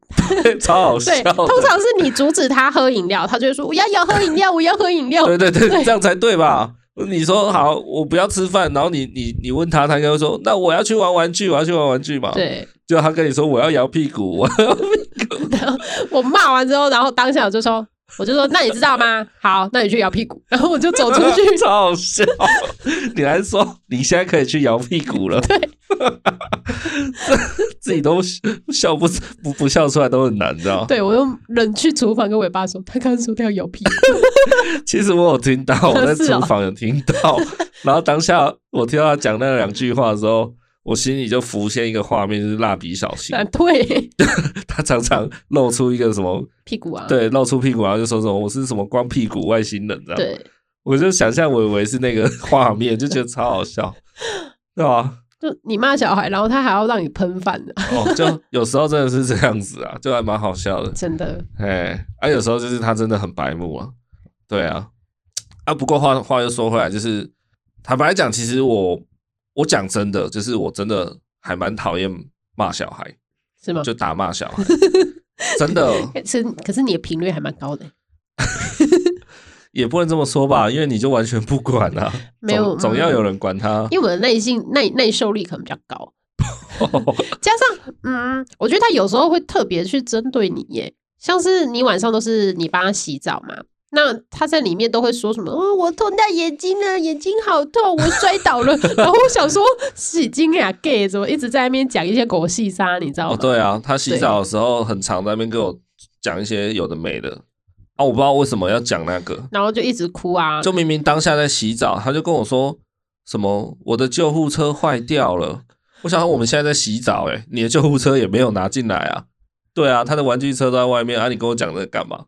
[SPEAKER 1] 超好笑
[SPEAKER 2] 对，
[SPEAKER 1] 的。
[SPEAKER 2] 通常是你阻止他喝饮料，他就会说我要要喝饮料，我要喝饮料。
[SPEAKER 1] 对对对，
[SPEAKER 2] 对
[SPEAKER 1] 这样才对吧？你说好，我不要吃饭，然后你你你问他，他应该会说，那我要去玩玩具，我要去玩玩具嘛。，
[SPEAKER 2] 对，
[SPEAKER 1] 就他跟你说我要摇屁股，我。
[SPEAKER 2] 我骂完之后，然后当下我就说，我就说，那你知道吗？好，那你去摇屁股，然后我就走出去
[SPEAKER 1] 超好笑。你还说你现在可以去摇屁股了，对， 自己都笑不不不笑出来都很难，你知道吗？
[SPEAKER 2] 对，我用忍去厨房跟尾巴说，他刚刚说他要摇屁股，
[SPEAKER 1] 其实我有听到，我在
[SPEAKER 2] 是哦
[SPEAKER 1] 厨房有听 到，然后当下我听到他讲那两句话的时候，我心里就浮现一个画面，就是蜡笔小新，
[SPEAKER 2] 对，
[SPEAKER 1] 他常常露出一个什么。
[SPEAKER 2] 屁股啊，
[SPEAKER 1] 对，露出屁股，然后就说什么我是什么光屁股外星人这样。，
[SPEAKER 2] 对，
[SPEAKER 1] 我就想象我以为是那个画面，就觉得超好 笑，对啊吧？
[SPEAKER 2] 就你骂小孩，然后他还要让你喷饭啊的，
[SPEAKER 1] 哦，就有时候真的是这样子啊，就还蛮好笑的。
[SPEAKER 2] 真的，
[SPEAKER 1] 哎，啊，有时候就是他真的很白目啊，对啊，啊，不过话话又说回来，就是坦白讲，其实我我讲真的，就是我真的还蛮讨厌骂小孩，
[SPEAKER 2] 是吗？
[SPEAKER 1] 就打骂小孩， 真的。
[SPEAKER 2] 是，可是你的频率还蛮高的，
[SPEAKER 1] 也不能这么说吧，因为你就完全不管啊，
[SPEAKER 2] 没有
[SPEAKER 1] 总总要有人管他。
[SPEAKER 2] 因为我的耐性耐耐受力可能比较高，加上，嗯，我觉得他有时候会特别去针对你耶，像是你晚上都是你帮他洗澡嘛，那他在里面都会说什么？哦，我痛到眼睛了，眼睛好痛，我摔 倒了。然后我想说，洗睛呀，gay 怎么一直在那边讲一些狗戏沙，你知道吗？
[SPEAKER 1] 哦，对啊，他洗澡的时候很常在那边跟我讲一些有的没的啊，我不知道为什么要讲那个，
[SPEAKER 2] 然后就一直哭啊，
[SPEAKER 1] 就明明当下在洗澡，他就跟我说什么我的救护车坏掉了。我想说我们现在在洗澡、欸，你的救护车也没有拿进来啊。对啊，他的玩具车都在外面啊，你跟我讲这个干嘛？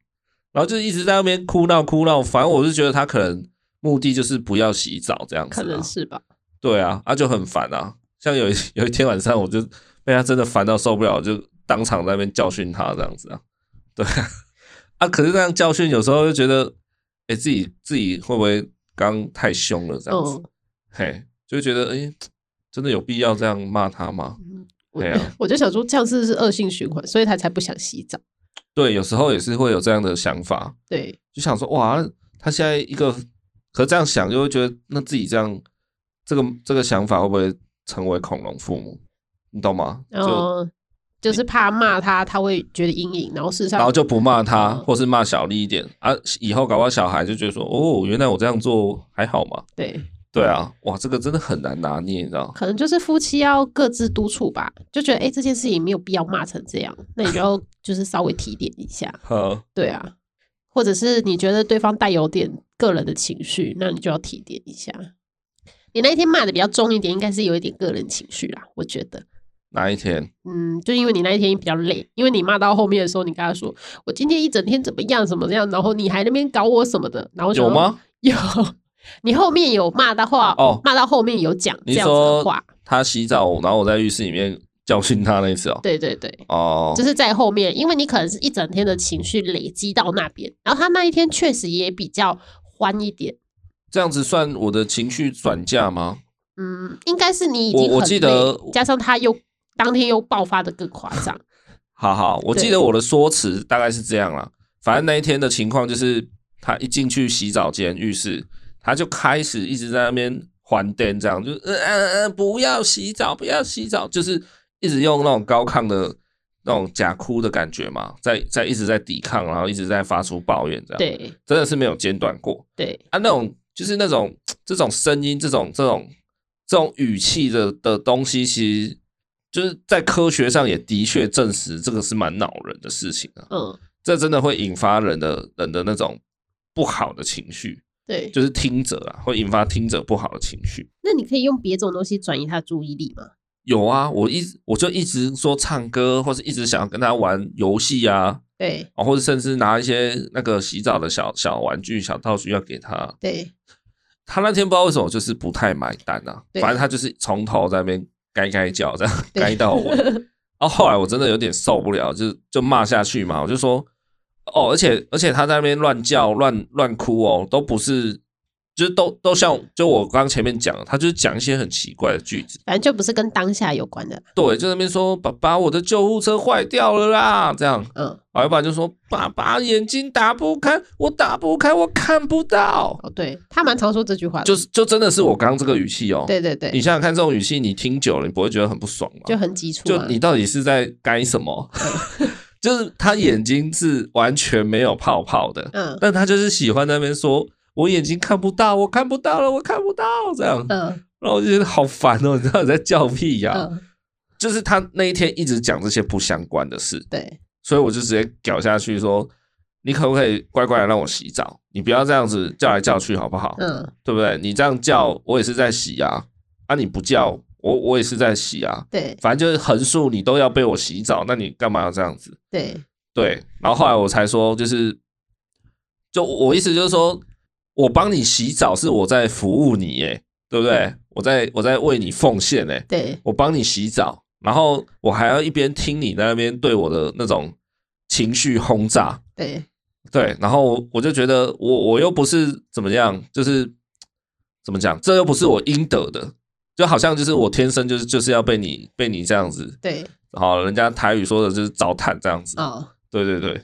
[SPEAKER 1] 然后就一直在那边哭闹哭闹，反正我是觉得他可能目的就是不要洗澡这样子、
[SPEAKER 2] 可
[SPEAKER 1] 啊，
[SPEAKER 2] 能是吧。
[SPEAKER 1] 对啊，啊就很烦啊。像有一 有一天晚上，我就被他真的烦到受不了，我就当场在那边教训他这样子啊。对啊，啊可是这样教训有时候就觉得，哎、自己自己会不会刚太凶了这样子？
[SPEAKER 2] 嗯，
[SPEAKER 1] 嘿，就觉得哎、诶真的有必要这样骂他吗？
[SPEAKER 2] 我
[SPEAKER 1] 对啊
[SPEAKER 2] 我就想说，这样是不是恶性循环？所以他才不想洗澡。
[SPEAKER 1] 对，有时候也是会有这样的想法，
[SPEAKER 2] 对，
[SPEAKER 1] 就想说哇，他现在一个，可这样想就会觉得，那自己这样，这个这个想法会不会成为恐龙父母？你懂吗？就、
[SPEAKER 2] 然后就是怕骂他，他会觉得阴影，然后事实上，
[SPEAKER 1] 然后就不骂他，
[SPEAKER 2] 嗯
[SPEAKER 1] 或是骂小力一点啊，以后搞不好小孩就觉得说，哦，原来我这样做还好嘛。
[SPEAKER 2] 对，
[SPEAKER 1] 对啊，哇，这个真的很难拿捏，你知道？
[SPEAKER 2] 可能就是夫妻要各自督促吧，就觉得哎、诶这件事情没有必要骂成这样，那你就 要就是稍微提点一下，
[SPEAKER 1] 呵，
[SPEAKER 2] 对啊，或者是你觉得对方带有点个人的情绪，那你就要提点一下。你那一天骂的比较重一点，应该是有一点个人情绪啦，我觉得。
[SPEAKER 1] 哪一天？
[SPEAKER 2] 嗯，就因为你那一天比较累，因为你骂到后面的时候，你跟他说：“我今天一整天怎么样怎么样，然后你还那边搞我什么的。”然后我想
[SPEAKER 1] 有
[SPEAKER 2] 说？
[SPEAKER 1] 吗？
[SPEAKER 2] 有，你后面有骂的话
[SPEAKER 1] 哦
[SPEAKER 2] 骂到后面有讲这
[SPEAKER 1] 你
[SPEAKER 2] 样子的
[SPEAKER 1] 说
[SPEAKER 2] 话，
[SPEAKER 1] 他洗澡，然后我在浴室里面教训他那一次哦。
[SPEAKER 2] 对对对，
[SPEAKER 1] 哦，
[SPEAKER 2] 就是在后面，因为你可能是一整天的情绪累积到那边，然后他那一天确实也比较欢一点，
[SPEAKER 1] 这样子算我的情绪转嫁吗？
[SPEAKER 2] 嗯，应该是你已
[SPEAKER 1] 我
[SPEAKER 2] 经
[SPEAKER 1] 我
[SPEAKER 2] 很
[SPEAKER 1] 记得
[SPEAKER 2] 累加上他又当天又爆发的更夸 张，
[SPEAKER 1] 好好，我记
[SPEAKER 2] 对
[SPEAKER 1] 得我的说辞大概是这样啦。反正那一天的情况就是，他一进去洗澡间浴室，他就开始一直在那边还电，这样就嗯嗯嗯，不要洗澡，不要洗澡，就是一直用那种高亢的那种假哭的感觉嘛，在在一直在抵抗，然后一直在发出抱怨，这样
[SPEAKER 2] 对
[SPEAKER 1] 真的是没有间断过。
[SPEAKER 2] 对
[SPEAKER 1] 啊，那种就是那种这种声音，这种这种这种语气的的东西，其实就是在科学上也的确证实，这个是蛮恼人的事情啊。
[SPEAKER 2] 嗯
[SPEAKER 1] 这真的会引发人的人的那种不好的情绪，
[SPEAKER 2] 对，
[SPEAKER 1] 就是听者啊，会引发听者不好的情绪。
[SPEAKER 2] 那你可以用别种东西转移他注意力吗？
[SPEAKER 1] 有啊，我一直我就一直说唱歌，或是一直想要跟他玩游戏啊，
[SPEAKER 2] 对
[SPEAKER 1] 啊或者甚至拿一些那个洗澡的小小玩具、小道具要给他。
[SPEAKER 2] 对
[SPEAKER 1] 他那天不知道为什么就是不太买单啊，
[SPEAKER 2] 对
[SPEAKER 1] 反正他就是从头在那边该该叫这样
[SPEAKER 2] 对
[SPEAKER 1] 该到 尾。然后后来我真的有点受不了，就就骂下去嘛，我就说哦，而且而且他在那边乱叫乱乱哭哦，都不是，就是都都像就我刚前面讲的，他就是讲一些很奇怪的句子，
[SPEAKER 2] 反正就不是跟当下有关的啦，
[SPEAKER 1] 对，就在那边说爸爸我的救护车坏掉了啦，这样，
[SPEAKER 2] 嗯，
[SPEAKER 1] 然后要不然就说爸爸眼睛打不开，我打不开，我看不到，
[SPEAKER 2] 哦，对他蛮常说这句话的，
[SPEAKER 1] 就是就真的是我刚刚这个语气哦，
[SPEAKER 2] 对对
[SPEAKER 1] 你
[SPEAKER 2] 对，
[SPEAKER 1] 想想看，这种语气你听久了，你不会觉得很不爽吗？
[SPEAKER 2] 就很急促啊
[SPEAKER 1] 就
[SPEAKER 2] 嘛，
[SPEAKER 1] 你到底是在该什么？ 就是他眼睛是完全没有泡泡的，
[SPEAKER 2] 嗯
[SPEAKER 1] 但他就是喜欢在那边说“我眼睛看不到，我看不到了，我看不到”这样，
[SPEAKER 2] 嗯
[SPEAKER 1] 然后我就觉得好烦哦！你知道你在叫屁呀、
[SPEAKER 2] 嗯，
[SPEAKER 1] 就是他那一天一直讲这些不相关的事，
[SPEAKER 2] 对
[SPEAKER 1] 所以我就直接搞下去说：“你可不可以乖乖的让我洗澡？你不要这样子叫来叫去，好不好？”
[SPEAKER 2] 嗯
[SPEAKER 1] 对不对？你这样叫我也是在洗啊，啊你不叫我我也是在洗啊，
[SPEAKER 2] 对
[SPEAKER 1] 反正就是横竖你都要被我洗澡，那你干嘛要这样子？
[SPEAKER 2] 对
[SPEAKER 1] 对，然后后来我才说，就是就我意思就是说，我帮你洗澡是我在服务你耶，对不对？我在我在为你奉献哎，
[SPEAKER 2] 对
[SPEAKER 1] 我帮你洗澡，然后我还要一边听你在那边对我的那种情绪轰炸，
[SPEAKER 2] 对
[SPEAKER 1] 对，然后我就觉得我我又不是怎么样，就是怎么讲，这又不是我应得的，就好像就是我天生就是就是要被你被你这样子，
[SPEAKER 2] 对，
[SPEAKER 1] 好，人家台语说的就是糟蹋这样子，
[SPEAKER 2] 哦，
[SPEAKER 1] 对对对，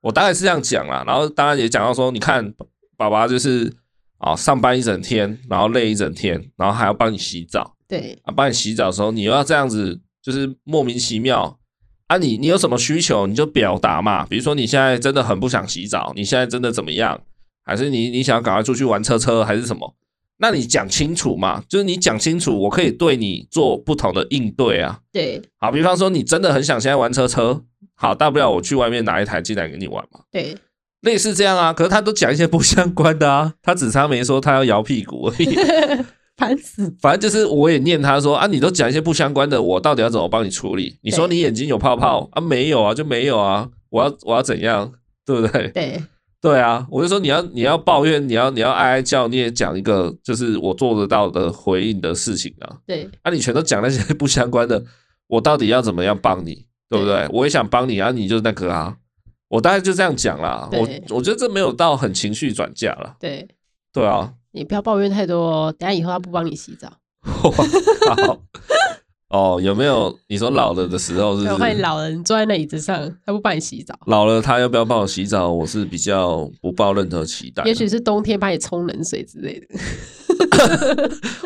[SPEAKER 1] 我大概是这样讲啦，然后当然也讲到说，你看爸爸就是啊上班一整天，然后累一整天，然后还要帮你洗澡，
[SPEAKER 2] 对
[SPEAKER 1] 啊，帮你洗澡的时候，你又要这样子，就是莫名其妙啊你！你有什么需求你就表达嘛，比如说你现在真的很不想洗澡，你现在真的怎么样，还是你你想要赶快出去玩车车还是什么？那你讲清楚嘛，就是你讲清楚，我可以对你做不同的应对啊。
[SPEAKER 2] 对
[SPEAKER 1] 好，比方说你真的很想现在玩车车，好，大不了我去外面拿一台进来给你玩嘛，
[SPEAKER 2] 对
[SPEAKER 1] 类似这样啊。可是他都讲一些不相关的啊，他只差没说他要摇屁股而已。
[SPEAKER 3] 烦死！
[SPEAKER 1] 反正就是我也念他说啊，你都讲一些不相关的，我到底要怎么帮你处理？你说你眼睛有泡泡啊？没有啊，就没有啊。我要我要怎样，对不 对？
[SPEAKER 2] 对
[SPEAKER 1] 对啊，我就说你要你要抱怨，你要你要哀哀叫，你也讲一个就是我做得到的回应的事情啊。
[SPEAKER 2] 对
[SPEAKER 1] 啊，你全都讲那些不相关的，我到底要怎么样帮你，对不对？我也想帮你啊，你就那个啊，我大概就这样讲啦。我
[SPEAKER 2] 对
[SPEAKER 1] 我觉得这没有到很情绪转嫁了，
[SPEAKER 2] 对，
[SPEAKER 1] 对啊。
[SPEAKER 2] 你不要抱怨太多哦，等下以后他不帮你洗澡，
[SPEAKER 1] 哇好哦，有没有你说老了的时候是
[SPEAKER 2] 我
[SPEAKER 1] 不
[SPEAKER 2] 怕你
[SPEAKER 1] 是？
[SPEAKER 2] 老了，你坐在那椅子上，他不帮你洗澡，
[SPEAKER 1] 老了他要不要帮我洗澡？我是比较不抱任何期待的。
[SPEAKER 2] 也许是冬天帮你冲冷水之类的。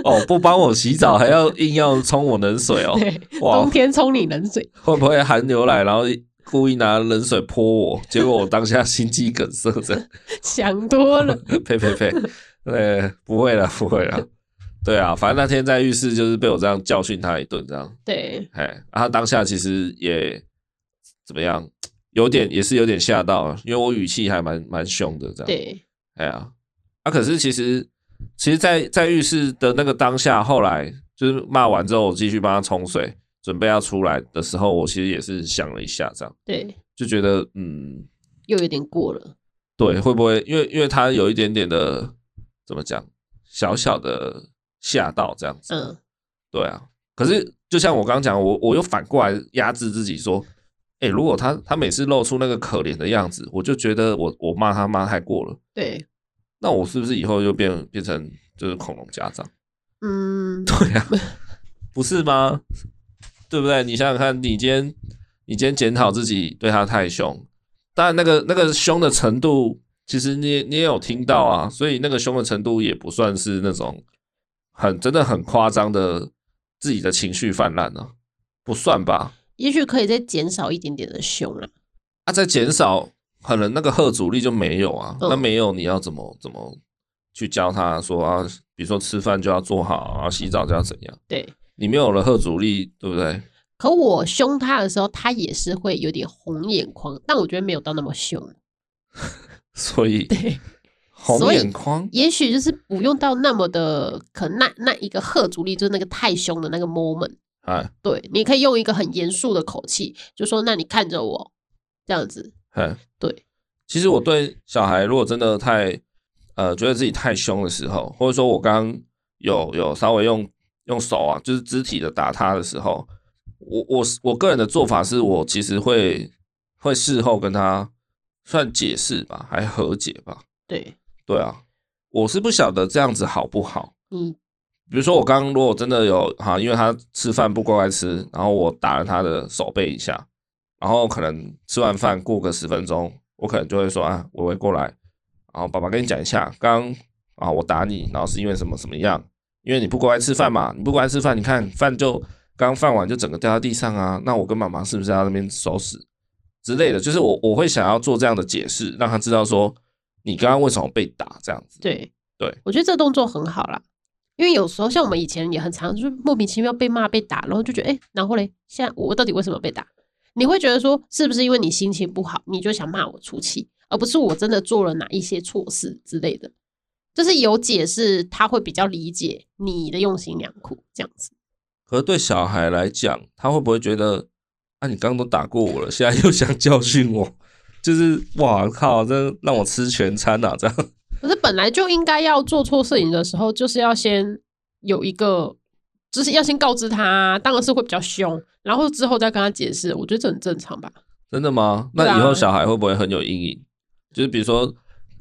[SPEAKER 1] 哦，不帮我洗澡还要硬要冲我冷水哦，
[SPEAKER 2] 对，
[SPEAKER 1] 哇
[SPEAKER 2] 冬，天冲你冷水，
[SPEAKER 1] 会不会寒流来，然后故意拿冷水泼我，结果我当下心肌梗塞这样？
[SPEAKER 2] 想 多了。
[SPEAKER 1] 呸呸呸，呃，不会啦，不会啦。对啊，反正那天在浴室就是被我这样教训他一顿，这样，
[SPEAKER 2] 对，
[SPEAKER 1] 哎，啊他当下其实也怎么样，有点也是有点吓到啊，因为我语气还蛮蛮凶的这样。
[SPEAKER 2] 对，
[SPEAKER 1] 哎呀，啊，可是其实，其实在，在浴室的那个当下，后来就是骂完之后，我继续帮他冲水，准备要出来的时候，我其实也是想了一下，这样
[SPEAKER 2] 对，
[SPEAKER 1] 就觉得，嗯，
[SPEAKER 2] 又有点过了。
[SPEAKER 1] 对，会不会因为因为他有一点点的怎么讲，小小的吓到这样子，
[SPEAKER 2] 嗯，
[SPEAKER 1] 对啊。可是就像我刚刚讲，我我又反过来压制自己说，哎、如果他他每次露出那个可怜的样子，我就觉得我我骂他骂太过了。
[SPEAKER 2] 对，
[SPEAKER 1] 那我是不是以后就变变成就是恐龙家长？
[SPEAKER 2] 嗯，
[SPEAKER 1] 对呀、不是吗？对不对？你想想看，你今天你今天检讨自己对他太凶，当然那个那个凶的程度，其实你也你也有听到啊，所以那个凶的程度也不算是那种很真的很夸张的自己的情绪泛滥啊，不算吧？
[SPEAKER 2] 也许可以再减少一点点的凶啦。
[SPEAKER 1] 啊，在减少可能那个贺阻力就没有啊，
[SPEAKER 2] 嗯
[SPEAKER 1] 那没有你要怎么怎么去教他说啊，比如说吃饭就要做好啊，洗澡就要怎样？
[SPEAKER 2] 对，
[SPEAKER 1] 你没有了贺阻力，对不对？
[SPEAKER 2] 可我凶他的时候，他也是会有点红眼眶，但我觉得没有到那么凶。
[SPEAKER 1] 所以
[SPEAKER 2] 对，
[SPEAKER 1] 红
[SPEAKER 2] 所以
[SPEAKER 1] 眼眶
[SPEAKER 2] 也许就是不用到那么的，可能那那一个贺阻力就是那个太凶的那个 moment。
[SPEAKER 1] 哎
[SPEAKER 2] 对，你可以用一个很严肃的口气，就说：“那你看着我，这样子。
[SPEAKER 1] 哎，
[SPEAKER 2] 对。
[SPEAKER 1] 其实我对小孩，如果真的太呃觉得自己太凶的时候，或者说我刚刚有有稍微用用手啊，就是肢体的打他的时候，我我我个人的做法是我其实会会事后跟他算解释吧，还和解吧。
[SPEAKER 2] 对
[SPEAKER 1] 对啊，我是不晓得这样子好不好。
[SPEAKER 2] 你，
[SPEAKER 1] 比如说我刚刚如果真的有哈，因为他吃饭不乖乖吃，然后我打了他的手背一下，然后可能吃完饭过个十分钟，我可能就会说啊，伟伟过来，然后爸爸跟你讲一下，刚刚啊我打你，然后是因为什么什么样，因为你不乖乖吃饭嘛，你不乖乖吃饭，你看饭就刚饭完就整个掉到地上啊，那我跟妈妈是不是要那边收拾之类的？就是我我会想要做这样的解释，让他知道说你刚刚为什么被打这样子。
[SPEAKER 2] 对
[SPEAKER 1] 对，
[SPEAKER 2] 我觉得这动作很好啦。因为有时候像我们以前也很常，就是莫名其妙被骂被打，然后就觉得，哎、然后嘞，现在我到底为什么被打？你会觉得说，是不是因为你心情不好，你就想骂我出气，而不是我真的做了哪一些错事之类的？就是有解释，他会比较理解你的用心良苦这样子。
[SPEAKER 1] 可是对小孩来讲，他会不会觉得啊，你刚刚都打过我了，现在又想教训我？ 就是哇靠，这让我吃全餐啊！这样
[SPEAKER 2] 可是本来就应该要做错事情的时候，就是要先有一个，就是要先告知他，当然是会比较凶，然后之后再跟他解释，我觉得这很正常吧。
[SPEAKER 1] 真的吗？
[SPEAKER 2] 对啊
[SPEAKER 1] 那以后小孩会不会很有阴影？就是比如说，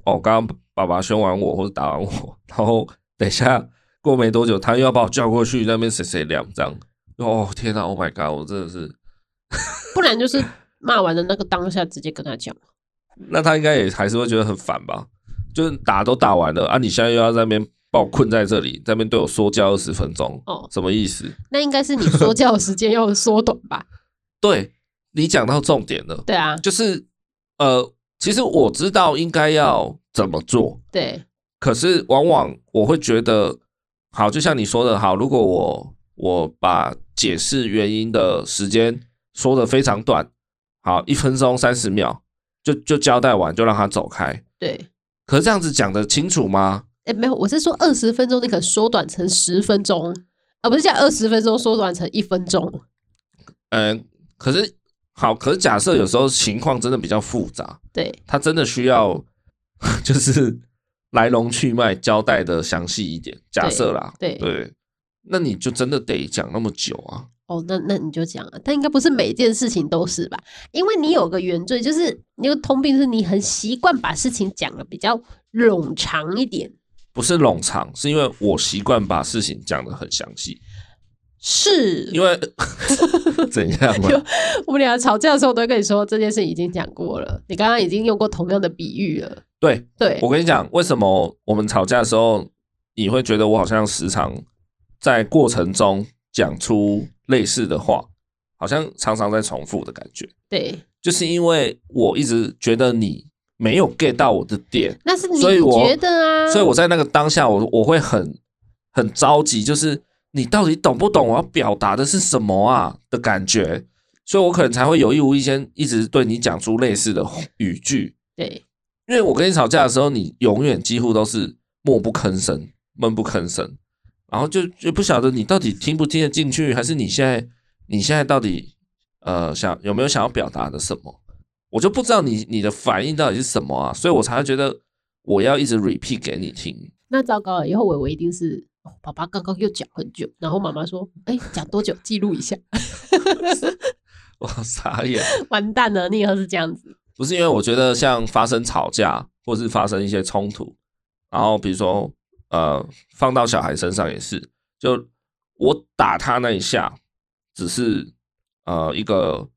[SPEAKER 1] 哦，刚刚爸爸凶完我或者打完我， 然后等一下过没多久，他又要把我叫过去那边谁谁凉这样。哦天哪、o h my god！我真的是，
[SPEAKER 2] 不然就是骂完的那个当下直接跟他讲，
[SPEAKER 1] 那他应该也还是会觉得很烦吧？就是打都打完了啊，你现在又要在那边把我困在这里，在那边对我说教二十分钟，
[SPEAKER 2] 哦
[SPEAKER 1] 什么意思？
[SPEAKER 2] 那应该是你说教的时间要缩短吧？
[SPEAKER 1] 对你讲到重点了，
[SPEAKER 2] 对啊，
[SPEAKER 1] 就是呃，其实我知道应该要怎么做，
[SPEAKER 2] 对
[SPEAKER 1] 可是往往我会觉得，好，就像你说的，好，如果我我把解释原因的时间说的非常短，好，一分钟三十秒，就就交代完，就让他走开。
[SPEAKER 2] 对。
[SPEAKER 1] 可是这样子讲的清楚吗？
[SPEAKER 2] 哎，没有，我是说二十分钟，你可能缩短成十分钟，啊而不是讲二十分钟缩短成一分钟。
[SPEAKER 1] 嗯、可是好，可是假设有时候情况真的比较复杂，
[SPEAKER 2] 对
[SPEAKER 1] 他真的需要 就是来龙去脉交代的详细一点。假设啦，
[SPEAKER 2] 对
[SPEAKER 1] 那你就真的得讲那么久啊。
[SPEAKER 2] 哦，那那你就讲啊，但应该不是每件事情都是吧？因为你有个原罪，就是你有个通病，就是你很习惯把事情讲的比较冗长一点。
[SPEAKER 1] 不是冗长，是因为我习惯把事情讲得很详细。
[SPEAKER 2] 是
[SPEAKER 1] 因 为 怎样啊嘛？
[SPEAKER 2] 我们俩吵架的时候，我都会跟你说这件事已经讲过了，你刚刚已经用过同样的比喻了。
[SPEAKER 1] 对
[SPEAKER 2] 对，
[SPEAKER 1] 我跟你讲，为什么我们吵架的时候，你会觉得我好像时常在过程中讲出类似的话，好像常常在重复的感觉，
[SPEAKER 2] 对，
[SPEAKER 1] 就是因为我一直觉得你没有 get 到我的点，
[SPEAKER 2] 那是你
[SPEAKER 1] 所以我
[SPEAKER 2] 觉得啊，
[SPEAKER 1] 所以我在那个当下我，我会很很着急，就是你到底懂不懂我要表达的是什么啊的感觉，所以我可能才会有意无意间一直对你讲出类似的语句，
[SPEAKER 2] 对
[SPEAKER 1] 因为我跟你吵架的时候，你永远几乎都是默不吭声、闷不吭声，然后就就不晓得你到底听不听得进去，还是你现在你现在到底呃想有没有想要表达的什么，我就不知道你你的反应到底是什么啊，所以我才会觉得我要一直 repeat 给你听。
[SPEAKER 2] 那糟糕了，以后伟伟一定是。哦爸爸刚刚又讲很久，然后妈妈说：“哎、讲多久？记录一下。
[SPEAKER 1] 我傻眼，”
[SPEAKER 2] 完蛋了，你以后是这样子。
[SPEAKER 1] 不是因为我觉得像发生吵架或是发生一些冲突，然后比如说呃，放到小孩身上也是，就我打他那一下，只是呃一个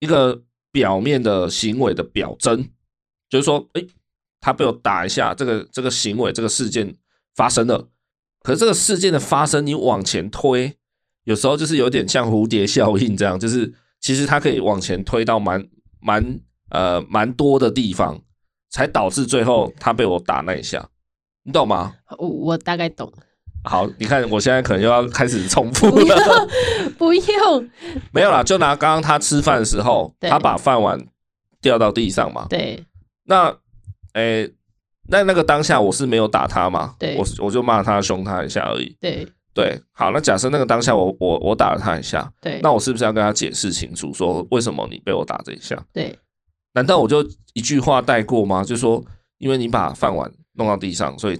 [SPEAKER 1] 一个表面的行为的表征，就是说，诶，他被我打一下，这个这个行为这个事件发生了，可是这个事件的发生，你往前推，有时候就是有点像蝴蝶效应这样，就是其实它可以往前推到蛮蛮呃蛮多的地方，才导致最
[SPEAKER 2] 嗯
[SPEAKER 1] 后他被我打那一下，你懂吗？
[SPEAKER 2] 我我大概懂，
[SPEAKER 1] 好，你看我现在可能又要开始重 复
[SPEAKER 2] 不 要
[SPEAKER 1] 了，
[SPEAKER 2] 不用，
[SPEAKER 1] 没有啦，就拿刚刚他吃饭的时候，
[SPEAKER 2] 对
[SPEAKER 1] 他把饭碗掉到地上嘛，
[SPEAKER 2] 对
[SPEAKER 1] 那诶、那那个当下我是没有打他嘛，
[SPEAKER 2] 对
[SPEAKER 1] 我我就骂他凶他一下而已，
[SPEAKER 2] 对
[SPEAKER 1] 对，好，那假设那个当下我我我打了他一下，
[SPEAKER 2] 对
[SPEAKER 1] 那我是不是要跟他解释清楚，说为什么你被我打这一下？
[SPEAKER 2] 对
[SPEAKER 1] 难道我就一句话带过吗？就说因为你把饭碗弄到地上，所以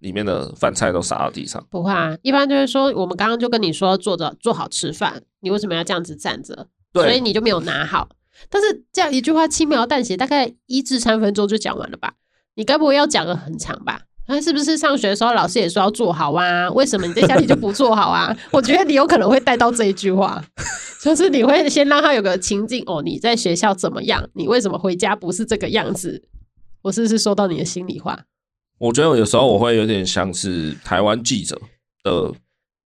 [SPEAKER 1] 里面的饭菜都洒到地上。
[SPEAKER 2] 不会啊，一般就是说，我们刚刚就跟你说坐着坐好吃饭，你为什么要这样子站着？所以
[SPEAKER 1] 对，
[SPEAKER 2] 你就没有拿好。但是这样一句话轻描淡写，大概一至三分钟就讲完了吧？你该不会要讲的很长吧？那是不是上学的时候老师也说要做好啊？为什么你在家里就不做好啊？ 我觉得你有可能会带到这一句话，就是你会先让他有个情境哦，你在学校怎么样？你为什么回家不是这个样子？我是不是说到你的心里话？
[SPEAKER 1] 我觉得有时候我会有点像是台湾记者的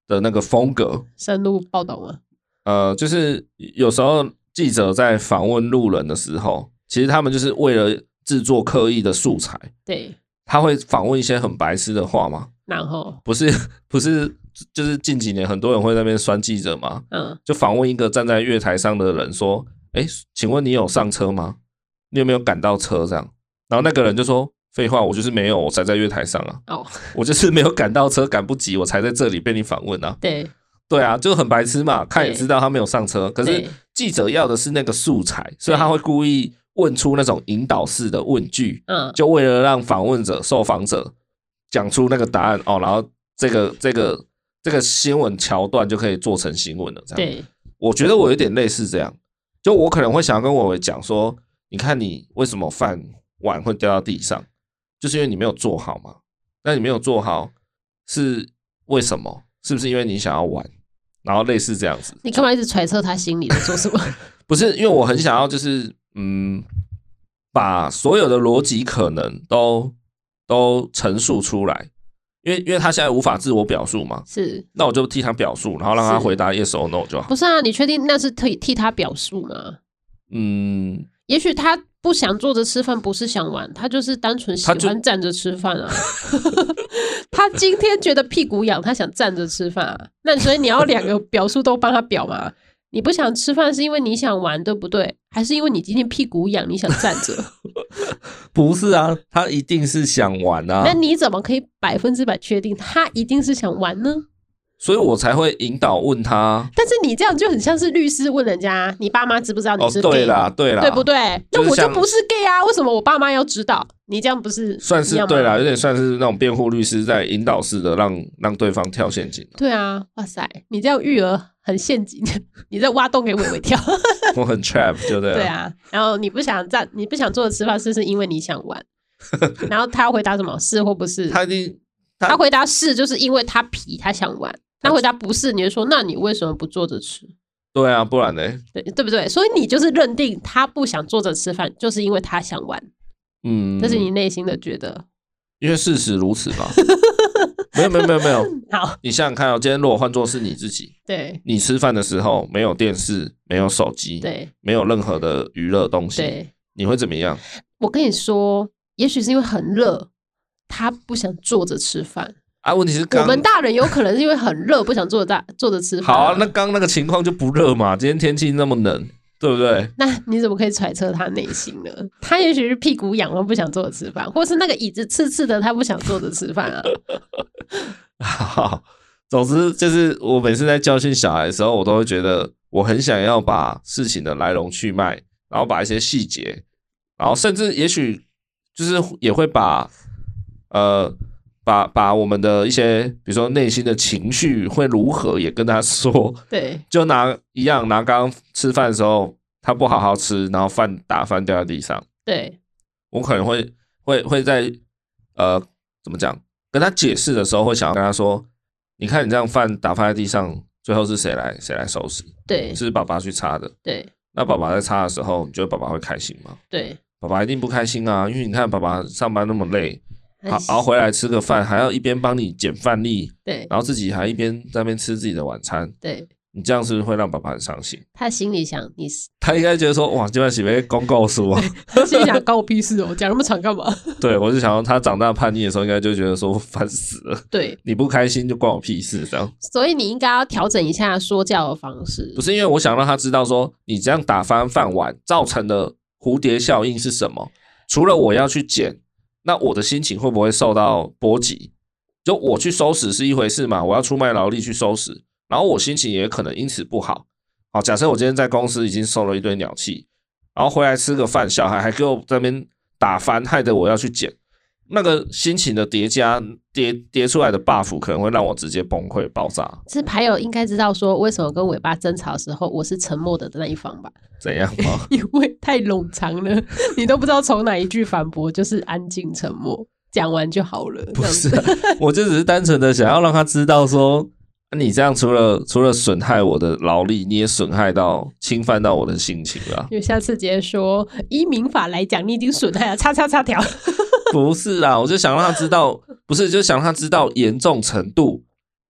[SPEAKER 1] 的那个风格，
[SPEAKER 2] 深入报道吗？
[SPEAKER 1] 呃，就是有时候记者在访问路人的时候，其实他们就是为了制作刻意的素材，
[SPEAKER 2] 对，
[SPEAKER 1] 他会访问一些很白痴的话吗？
[SPEAKER 2] 然后
[SPEAKER 1] 不是，不是，就是近几年很多人会在那边酸记者吗？
[SPEAKER 2] 嗯，
[SPEAKER 1] 就访问一个站在月台上的人说：“哎，请问你有上车吗？你有没有赶到车？”这样，然后那个人就说：“废话，我就是没有，我才在月台上啊，
[SPEAKER 2] 哦，
[SPEAKER 1] 我就是没有赶到车，赶不及，我才在这里被你访问啊。
[SPEAKER 2] 对，”
[SPEAKER 1] 对啊，就很白痴嘛，看也知道他没有上车，可是
[SPEAKER 2] 对
[SPEAKER 1] 记者要的是那个素材，所以他会故意问出那种引导式的问句，
[SPEAKER 2] 嗯，
[SPEAKER 1] 就为了让访问者、受访者讲出那个答案哦，然后这个这个这个新闻桥段就可以做成新闻了，这样。
[SPEAKER 2] 对，
[SPEAKER 1] 我觉得我
[SPEAKER 2] 嗯
[SPEAKER 1] 有点类似这样，就我可能会想要跟伟伟讲说，你看你为什么饭碗会掉到地上，就是因为你没有做好嘛。那你没有做好是为什么？是不是因为你想要玩？然后类似这样子，
[SPEAKER 2] 你干嘛一直揣测他心里在做什么？
[SPEAKER 1] 不是因为我很想要，就是嗯，把所有的逻辑可能都都陈述出来，因为因为他现在无法自我表述嘛，
[SPEAKER 2] 是，
[SPEAKER 1] 那我就替他表述，然后让他
[SPEAKER 2] 是
[SPEAKER 1] 回答 yes or no 就好
[SPEAKER 2] 不。是啊，你确定那是替替他表述吗？
[SPEAKER 1] 嗯，
[SPEAKER 2] 也许他不想坐着吃饭，不是想玩，他就是单纯喜
[SPEAKER 1] 他就
[SPEAKER 2] 欢站着吃饭啊。 他今天觉得屁股痒，他想站着吃饭啊。那所以你要两个表述都帮他表嘛？你不想吃饭是因为你想玩，对不对？还是因为你今天屁股痒，你想站着？
[SPEAKER 1] 不是啊，他一定是想玩 啊
[SPEAKER 2] 那，你怎么可以百分之百确定他一定是想玩呢？
[SPEAKER 1] 所以我才会引导问他。
[SPEAKER 2] 但是你这样就很像是律师问人家，你爸妈知不知道你
[SPEAKER 1] 哦，
[SPEAKER 2] 是 gay？、
[SPEAKER 1] 对啦，对啦，
[SPEAKER 2] 对不？对？
[SPEAKER 1] 就
[SPEAKER 2] 那
[SPEAKER 1] 是
[SPEAKER 2] 我就
[SPEAKER 1] 像
[SPEAKER 2] 不是 gay 啊，为什么我爸妈要知道？你这样不是
[SPEAKER 1] 算
[SPEAKER 2] 一
[SPEAKER 1] 是
[SPEAKER 2] 样吗
[SPEAKER 1] 对啦，有点算是那种辩护律师在引导式的让让对方跳陷 阱。
[SPEAKER 2] 对啊，哇塞，你这样育儿很陷阱， 你在挖洞给伟伟跳。
[SPEAKER 1] 我很 trap，就 对了。
[SPEAKER 2] 对啊，然后你不想站，你不想坐着吃饭，是不是因为你想 玩？然后他要回答什么？是或不是？
[SPEAKER 1] 他一定
[SPEAKER 2] 他回答是，就是因为他皮，他想玩。他回答不是，你就说那你为什么不坐着吃？
[SPEAKER 1] 对啊，不然呢？
[SPEAKER 2] 对对不对？所以你就是认定他不想坐着吃饭，就是因为他想玩，
[SPEAKER 1] 嗯，
[SPEAKER 2] 这是你内心的觉得。
[SPEAKER 1] 因为事实如此 嘛。没有没有没有没有，
[SPEAKER 2] 好，
[SPEAKER 1] 你想想看哦，今天如果换做是你自己，
[SPEAKER 2] 对
[SPEAKER 1] 你吃饭的时候没有电视，没有手机，
[SPEAKER 2] 对
[SPEAKER 1] 没有任何的娱乐东西，
[SPEAKER 2] 对，
[SPEAKER 1] 你会怎么样？
[SPEAKER 2] 我跟你说，也许是因为很热，他不想坐着吃饭。
[SPEAKER 1] 啊，问题是
[SPEAKER 2] 我
[SPEAKER 1] 刚
[SPEAKER 2] 们大人有可能是因为很热，不想坐着大坐着吃饭。
[SPEAKER 1] 好啊，那刚那个情况就不热嘛，今天天气那么冷，对不对？
[SPEAKER 2] 那你怎么可以揣测他内心呢？他也许是屁股痒了不想坐着吃饭，或是那个椅子刺刺的，他不想坐着吃饭啊。
[SPEAKER 1] 好，总之就是我每次在教训小孩的时候，我都会觉得我很想要把事情的来龙去脉，然后把一些细节，然后甚至也许就是也会把呃把把我们的一些比如说内心的情绪会如何也跟他说，
[SPEAKER 2] 对
[SPEAKER 1] 就拿一样拿刚刚吃饭的时候他不好好吃，然后饭打翻掉在地上。
[SPEAKER 2] 对
[SPEAKER 1] 我可能会会会在呃怎么讲，跟他解释的时候，会想要跟他说，你看你这样饭打翻在地上，最后是谁来谁来收拾？
[SPEAKER 2] 对
[SPEAKER 1] 是爸爸去擦的。
[SPEAKER 2] 对
[SPEAKER 1] 那爸爸在擦的时候，你觉得爸爸会开心吗？
[SPEAKER 2] 对，
[SPEAKER 1] 爸爸一定不开心啊，因为你看爸爸上班那么累，熬
[SPEAKER 2] 还是
[SPEAKER 1] 熬回来吃个饭，还要一边帮你捡饭粒，
[SPEAKER 2] 对
[SPEAKER 1] 然后自己还一边在那边吃自己的晚餐，
[SPEAKER 2] 对，
[SPEAKER 1] 你这样是不是会让爸爸很伤心？
[SPEAKER 2] 他心里想你是，
[SPEAKER 1] 他应该觉得说，哇，今晚是被公告书啊。
[SPEAKER 2] 他心里想关我屁事哦，讲那么长干嘛？
[SPEAKER 1] 对，我是想要他长大叛逆的时候，应该就觉得说烦死了。
[SPEAKER 2] 对，
[SPEAKER 1] 你不开心就关我屁事，这样
[SPEAKER 2] 所以你应该要调整一下说教的方式
[SPEAKER 1] 不。是因为我想让他知道说你这样打翻饭碗造成的蝴蝶效应是什么。除了我要去捡，那我的心情会不会受到波及？就我去收拾是一回事嘛，我要出卖劳力去收拾，然后我心情也可能因此不好。好，假设我今天在公司已经受了一堆鸟气，然后回来吃个饭，小孩还给我在那边打翻，害得我要去捡，那个心情的叠加叠叠出来的 buff 可能会让我直接崩溃爆炸。
[SPEAKER 2] 是牌友应该知道说，为什么跟尾巴争吵的时候我是沉默的那一方吧？
[SPEAKER 1] 怎样吗？
[SPEAKER 2] 因为太冗长了， 你都不知道从哪一句反驳，就是安静沉默，讲完就好了。
[SPEAKER 1] 不是啊、我就只是单纯的想要让他知道说，啊你这样除了除了损害我的劳力，你也损害到侵犯到我的心情啊了。
[SPEAKER 2] 因为下次直接说，依民法来讲，你已经损害了叉叉 叉条。
[SPEAKER 1] 不是啦，我就想让他知道，不是就想让他知道严重程度。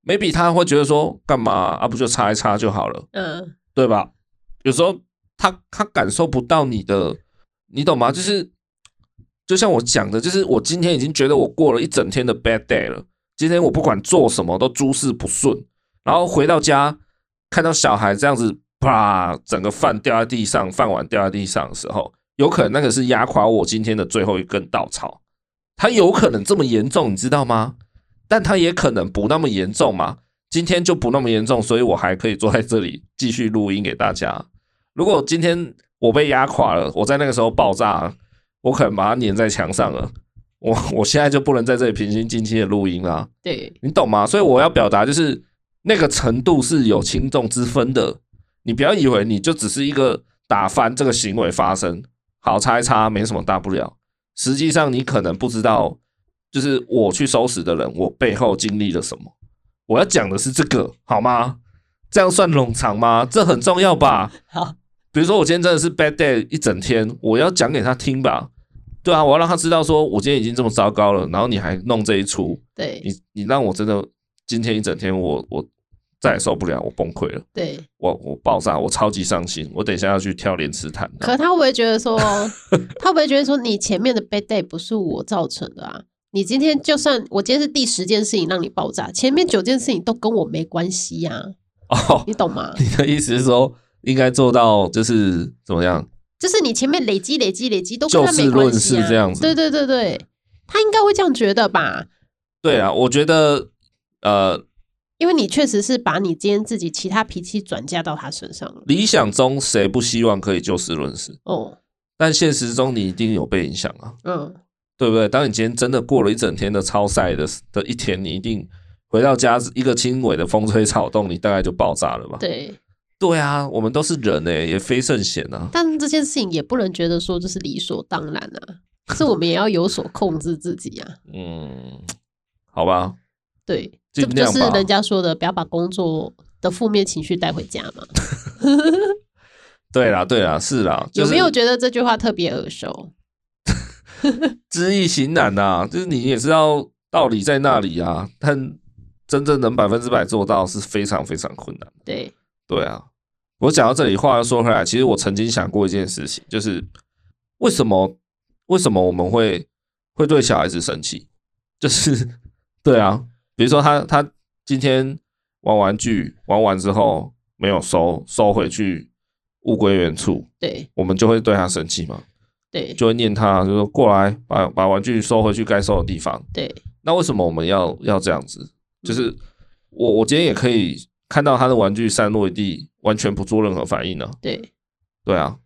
[SPEAKER 1] maybe 他会觉得说，干嘛啊？啊不就擦一擦就好了，
[SPEAKER 2] 嗯，
[SPEAKER 1] 对吧？有时候他他感受不到你的，你懂吗？就是就像我讲的，就是我今天已经觉得我过了一整天的 bad day 了，今天我不管做什么都诸事不顺，然后回到家看到小孩这样子，啪，整个饭掉在地上，饭碗掉在地上的时候，有可能那个是压垮我今天的最后一根稻草，它有可能这么严重，你知道吗？但它也可能不那么严重嘛。今天就不那么严重，所以我还可以坐在这里继续录音给大家。如果今天我被压垮了，我在那个时候爆炸了，我可能把它粘在墙上了。我我现在就不能在这里平心静气的录音啦，
[SPEAKER 2] 对
[SPEAKER 1] 你懂吗？所以我要表达就是那个程度是有轻重之分的，你不要以为你就只是一个打翻这个行为发生，好擦一擦没什么大不了。实际上你可能不知道，就是我去收拾的人，我背后经历了什么。我要讲的是这个，好吗？这样算冗长吗？这很重要吧？
[SPEAKER 2] 好，
[SPEAKER 1] 比如说我今天真的是 bad day 一整天，我要讲给他听吧。对啊，我要让他知道说我今天已经这么糟糕了，然后你还弄这一出，
[SPEAKER 2] 对
[SPEAKER 1] 你你让我真的今天一整天我我再也受不了，我崩溃了，
[SPEAKER 2] 对。
[SPEAKER 1] 我我爆炸，我超级伤心，我等一下要去跳莲池潭的。
[SPEAKER 2] 可他会不会觉得说，他会不会觉得说，你前面的 bad day 不是我造成的啊？你今天就算我今天是第十件事情让你爆炸，前面九件事情都跟我没关系呀、
[SPEAKER 1] 哦，
[SPEAKER 2] 你懂吗？
[SPEAKER 1] 你的意思是说应该做到就是怎么样？
[SPEAKER 2] 就是你前面累积、累积、累积都跟他
[SPEAKER 1] 就
[SPEAKER 2] 没
[SPEAKER 1] 事
[SPEAKER 2] 关
[SPEAKER 1] 论
[SPEAKER 2] 系、啊、
[SPEAKER 1] 事这样子
[SPEAKER 2] 对对对对，他应该会这样觉得吧？
[SPEAKER 1] 对啊，我觉得呃
[SPEAKER 2] 因为你确实是把你今天自己其他脾气转嫁到他身上了。
[SPEAKER 1] 理想中谁不希望可以就事论事，
[SPEAKER 2] 哦，
[SPEAKER 1] 但现实中你一定有被影响啊。
[SPEAKER 2] 嗯，
[SPEAKER 1] 对不对？当你今天真的过了一整天的超赛的的一天，你一定回到家一个轻微的风吹草动，你大概就爆炸了吧？
[SPEAKER 2] 对。
[SPEAKER 1] 对啊，我们都是人哎、也非圣贤啊。
[SPEAKER 2] 但这件事情也不能觉得说这是理所当然啊，是我们也要有所控制自己啊。
[SPEAKER 1] 嗯，好吧，
[SPEAKER 2] 对，这
[SPEAKER 1] 尽
[SPEAKER 2] 不就
[SPEAKER 1] 量
[SPEAKER 2] 是
[SPEAKER 1] 吧。
[SPEAKER 2] 人家说的，不要把工作的负面情绪带回家嘛？
[SPEAKER 1] 对啦，对啦，是啦，就
[SPEAKER 2] 有
[SPEAKER 1] 是
[SPEAKER 2] 没有觉得这句话特别耳熟？
[SPEAKER 1] 知易行难呐、就是你也知道道理在那里啊，但真正能百分之百做到是非常非常困难。
[SPEAKER 2] 对，
[SPEAKER 1] 对啊，我讲到这里，话又说回来，其实我曾经想过一件事情，就是为什么为什么我们会会对小孩子生气？就是 对啊，比如说他他今天玩玩具玩完之后没有收收回去物归原处，
[SPEAKER 2] 对，
[SPEAKER 1] 我们就会对他生气嘛，
[SPEAKER 2] 对，
[SPEAKER 1] 就会念他，就说过来把把玩具收回去该收的地方。
[SPEAKER 2] 对，
[SPEAKER 1] 那为什么我们要要这样子？就是我我今天也可以看到他的玩具散落一地，完全不做任何反应呢、
[SPEAKER 2] 对，
[SPEAKER 1] 对啊，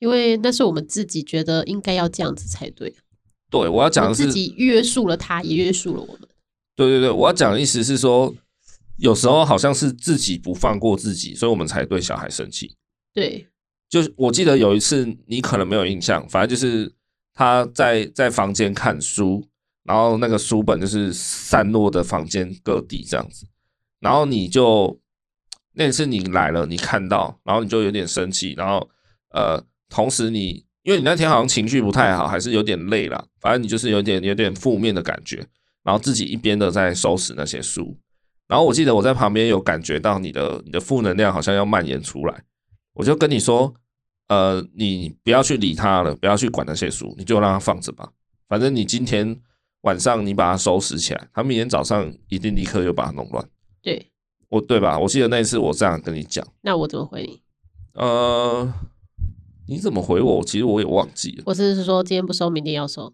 [SPEAKER 2] 因为那是我们自己觉得应该要这样子才对，
[SPEAKER 1] 对我要讲
[SPEAKER 2] 我
[SPEAKER 1] 的是
[SPEAKER 2] 们自，己约束了他，也约束了我们。
[SPEAKER 1] 对对对，我要讲的意思是说，有时候好像是自己不放过自己，所以我们才对小孩生气。
[SPEAKER 2] 对，
[SPEAKER 1] 就是我记得有一次，你可能没有印象，反正就是他在在房间看书，然后那个书本就是散落的房间各地这样子，然后你就那次你来了，你看到，然后你就有点生气，然后呃，同时你因为你那天好像情绪不太好，还是有点累了，反正你就是有点有点负面的感觉，然后自己一边的在收拾那些书，然后我记得我在旁边有感觉到你的你的负能量好像要蔓延出来。我就跟你说，呃，你不要去理他了，不要去管那些书，你就让它放着吧。反正你今天晚上你把它收拾起来，他明天早上一定立刻又把它弄乱。
[SPEAKER 2] 对，
[SPEAKER 1] 我对吧？我记得那一次我这样跟你讲，
[SPEAKER 2] 那我怎么回你？
[SPEAKER 1] 呃，你怎么回我？其实我也忘记了。
[SPEAKER 2] 我只是说今天不收，明天 要收，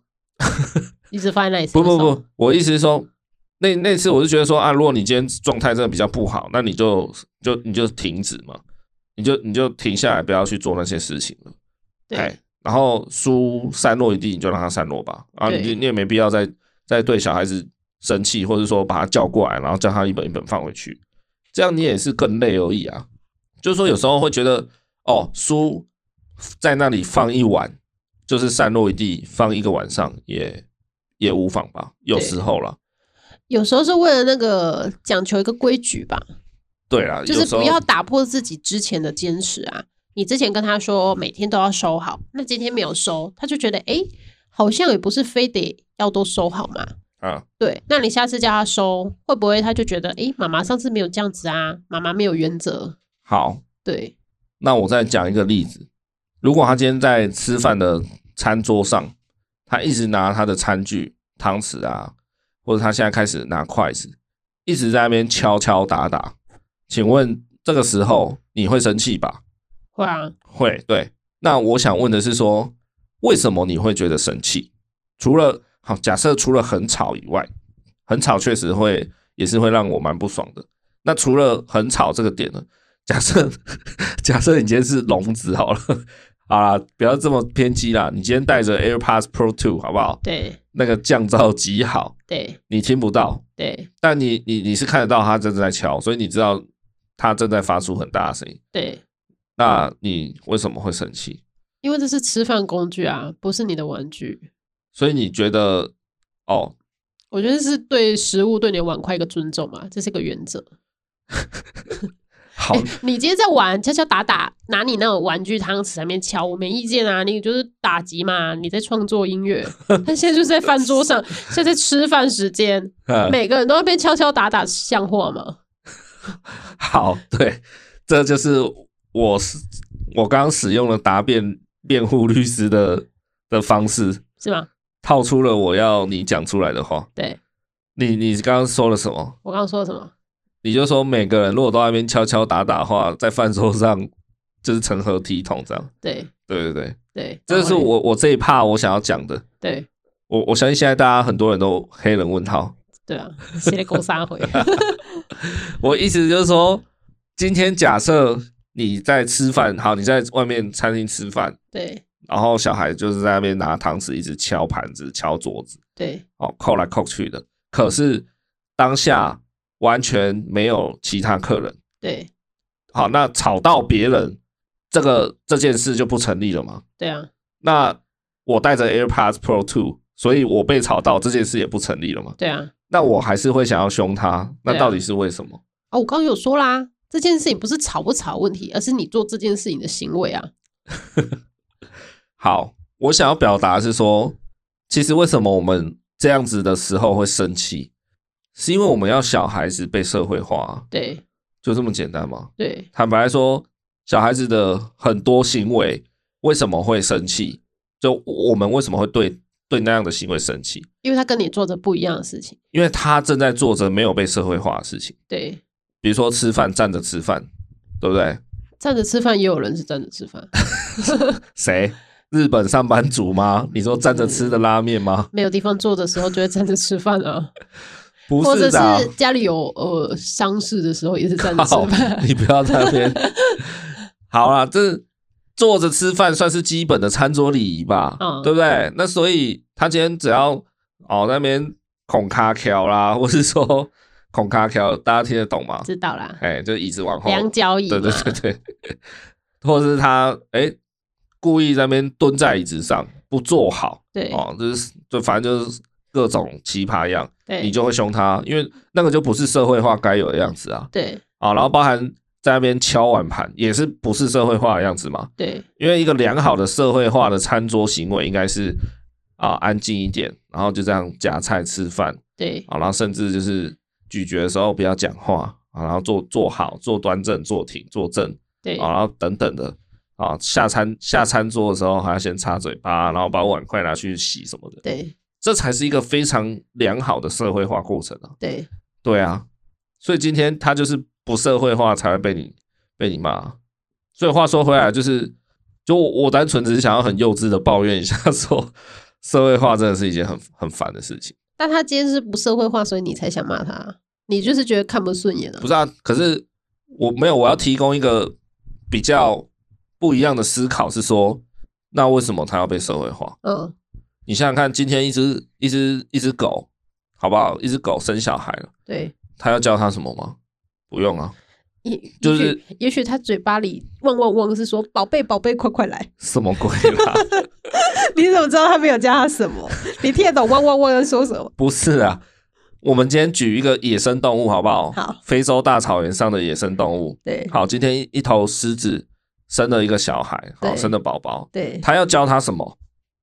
[SPEAKER 2] 一直放在那里。
[SPEAKER 1] 不不，不，我意思是说，那那次我是觉得说啊，如果你今天状态真的比较不好，那你就就你就停止嘛，你就你就停下来，不要去做那些事情了。哎
[SPEAKER 2] 对，，
[SPEAKER 1] 然后书散落一地，你就让它散落吧。啊，
[SPEAKER 2] 对
[SPEAKER 1] 你你也没必要再再对小孩子生气，或者说把他叫过来，然后叫他一本一本放回去，这样你也是更累而已啊。就是说，有时候会觉得，哦，书在那里放一晚，就是散落一地，放一个晚上也也无妨吧。有时候啦，
[SPEAKER 2] 有时候是为了那个讲求一个规矩吧，
[SPEAKER 1] 对啦，
[SPEAKER 2] 就
[SPEAKER 1] 有
[SPEAKER 2] 是
[SPEAKER 1] 时候
[SPEAKER 2] 不要打破自己之前的坚持啊。你之前跟他说哦每天都要收好，那今天没有收，他就觉得哎、诶好像也不是非得要都收好嘛。
[SPEAKER 1] 啊，
[SPEAKER 2] 对，那你下次叫他收，会不会他就觉得哎、诶妈妈上次没有这样子啊，妈妈没有原则。
[SPEAKER 1] 好，
[SPEAKER 2] 对
[SPEAKER 1] 那我再讲一个例子，如果他今天在吃饭的餐桌上，他一直拿他的餐具、汤匙啊，或者他现在开始拿筷子，一直在那边敲敲打打，请问这个时候你会生气吧？
[SPEAKER 2] 会啊，
[SPEAKER 1] 会，对。那我想问的是说，为什么你会觉得生气？除了好，假设除了很吵以外，很吵确实会也是会让我蛮不爽的。那除了很吵这个点呢？假设假设你今天是聋子好了，好啦，不要这么偏激啦。你今天带着 AirPods Pro Two 好不好？
[SPEAKER 2] 对
[SPEAKER 1] 那个降噪极好，
[SPEAKER 2] 对
[SPEAKER 1] 你听不到，
[SPEAKER 2] 对
[SPEAKER 1] 但你你你是看得到它正在敲，所以你知道它正在发出很大的声音。
[SPEAKER 2] 对，
[SPEAKER 1] 那你为什么会生气？
[SPEAKER 2] 因为这是吃饭工具啊，不是你的玩具。
[SPEAKER 1] 所以你觉得哦，
[SPEAKER 2] 我觉得是对食物、对你的碗筷一个尊重嘛，这是一个原则。哎
[SPEAKER 1] 好，
[SPEAKER 2] 你今天在玩敲敲打打，拿你那种玩具汤匙上面敲，我没意见啊。你就是打击嘛，你在创作音 乐。但现在就是在饭桌上，现在在吃饭时间，
[SPEAKER 1] 嗯，
[SPEAKER 2] 每个人都在边敲敲打打，像话吗？
[SPEAKER 1] 好，对，这就是我是我刚刚使用了答辩辩护律师的的方式，
[SPEAKER 2] 是吗？
[SPEAKER 1] 套出了我要你讲出来的话。
[SPEAKER 2] 对
[SPEAKER 1] 你你刚刚说了什么？
[SPEAKER 2] 我刚刚说了什么？
[SPEAKER 1] 你就说每个人如果都在那边敲敲打打的话，在饭桌上就是成何体统这样。
[SPEAKER 2] 对
[SPEAKER 1] 对对对，
[SPEAKER 2] 对，
[SPEAKER 1] 这是
[SPEAKER 2] 然后嘞
[SPEAKER 1] 我我这一趴我想要讲的。
[SPEAKER 2] 对
[SPEAKER 1] 我我相信现在大家很多人都黑人问号，
[SPEAKER 2] 对啊，写了勾 三回。
[SPEAKER 1] 我意思就是说，今天假设你在吃饭，好，你在外面餐厅吃饭，
[SPEAKER 2] 对
[SPEAKER 1] 然后小孩就是在那边拿糖匙一直敲盘子、敲桌子，
[SPEAKER 2] 对
[SPEAKER 1] 哦，扣来扣去的。可是当下完全没有其他客人，
[SPEAKER 2] 对
[SPEAKER 1] 好，那吵到别人，这个这件事就不成立了嘛？
[SPEAKER 2] 对啊，
[SPEAKER 1] 那我带着 AirPods Pro Two，所以我被吵到这件事也不成立了嘛？
[SPEAKER 2] 对啊，
[SPEAKER 1] 那我还是会想要凶他，那
[SPEAKER 2] 对啊
[SPEAKER 1] 到底是为什么？
[SPEAKER 2] 哦，我刚刚有说啦，这件事情不是吵不吵的问题，而是你做这件事情的行为啊。
[SPEAKER 1] 好，我想要表达的是说，其实为什么我们这样子的时候会生气，是因为我们要小孩子被社会化啊，
[SPEAKER 2] 对
[SPEAKER 1] 就这么简单吗？
[SPEAKER 2] 对，
[SPEAKER 1] 坦白说，小孩子的很多行为为什么会生气？就我们为什么会对对那样的行为生气？
[SPEAKER 2] 因为他跟你做着不一样的事情。
[SPEAKER 1] 因为他正在做着没有被社会化的事情，
[SPEAKER 2] 对，
[SPEAKER 1] 比如说吃饭站着吃饭，对不对？
[SPEAKER 2] 站着吃饭也有人是站着吃饭，
[SPEAKER 1] 谁？日本上班族吗？你说站着吃的拉面吗？
[SPEAKER 2] 没有地方坐的时候就会站着吃饭啊，
[SPEAKER 1] 不
[SPEAKER 2] 或者
[SPEAKER 1] 是的啊、
[SPEAKER 2] 是家里有呃丧事的时候也是站着吃
[SPEAKER 1] 好
[SPEAKER 2] 饭。
[SPEAKER 1] 你不要在那边。好啦，这坐着吃饭算是基本的餐桌礼仪吧，
[SPEAKER 2] 嗯
[SPEAKER 1] 对不对？那所以他今天只要哦那边孔卡条啦，或是说孔卡条，大家听得懂 吗？
[SPEAKER 2] 知道啦，
[SPEAKER 1] 哎，就椅子往后，
[SPEAKER 2] 两脚椅嘛
[SPEAKER 1] 对，对对对， 或者是他哎故意在那边蹲在椅子上不坐好，
[SPEAKER 2] 对
[SPEAKER 1] 哦，就是就反正就是各种奇葩样，
[SPEAKER 2] 对
[SPEAKER 1] 你就会凶他，因为那个就不是社会化该有的样子啊。
[SPEAKER 2] 对
[SPEAKER 1] 啊，然后包含在那边敲碗盘，也是不是社会化的样子嘛？
[SPEAKER 2] 对
[SPEAKER 1] 因为一个良好的社会化的餐桌行为应该是啊安静一点，然后就这样夹菜吃饭
[SPEAKER 2] 对
[SPEAKER 1] 啊，然后甚至就是咀嚼的时候不要讲话啊，然后坐坐好，坐端正，坐挺，坐正
[SPEAKER 2] 对
[SPEAKER 1] 啊，然后等等的啊，下餐下餐桌的时候还要先擦嘴巴，然后把碗筷拿去洗什么的，
[SPEAKER 2] 对
[SPEAKER 1] 这才是一个非常良好的社会化过程啊。
[SPEAKER 2] 对，
[SPEAKER 1] 对啊，所以今天他就是不社会化才会被你被你骂。所以话说回来，就是就我我单纯只是想要很幼稚的抱怨一下 说社会化真的是一件很很烦的事情。
[SPEAKER 2] 但他今天是不社会化，所以你才想骂他，啊你就是觉得看不顺眼啊
[SPEAKER 1] 不。是啊，可是我没有，我要提供一个比较不一样的思考，是说那为什么他要被社会化？
[SPEAKER 2] 嗯，
[SPEAKER 1] 你想想看，今天一只一只一只狗，好不好？一只狗生小孩了，
[SPEAKER 2] 对，
[SPEAKER 1] 他要教它什么吗？不用啊，
[SPEAKER 2] 也
[SPEAKER 1] 就
[SPEAKER 2] 也许
[SPEAKER 1] 是
[SPEAKER 2] 也许他嘴巴里汪汪汪是说宝贝宝贝快快来，
[SPEAKER 1] 什么鬼啦？
[SPEAKER 2] 你怎么知道他没有教他什么？ 你听得懂汪汪汪在说什么？
[SPEAKER 1] 不是啊，我们今天举一个野生动物好不好？
[SPEAKER 2] 好，嗯
[SPEAKER 1] 非洲大草原上的野生动物。
[SPEAKER 2] 对
[SPEAKER 1] 好，今天一一头狮子生了一个小孩，好
[SPEAKER 2] 对
[SPEAKER 1] 生了宝宝，
[SPEAKER 2] 对，
[SPEAKER 1] 他要教他什么？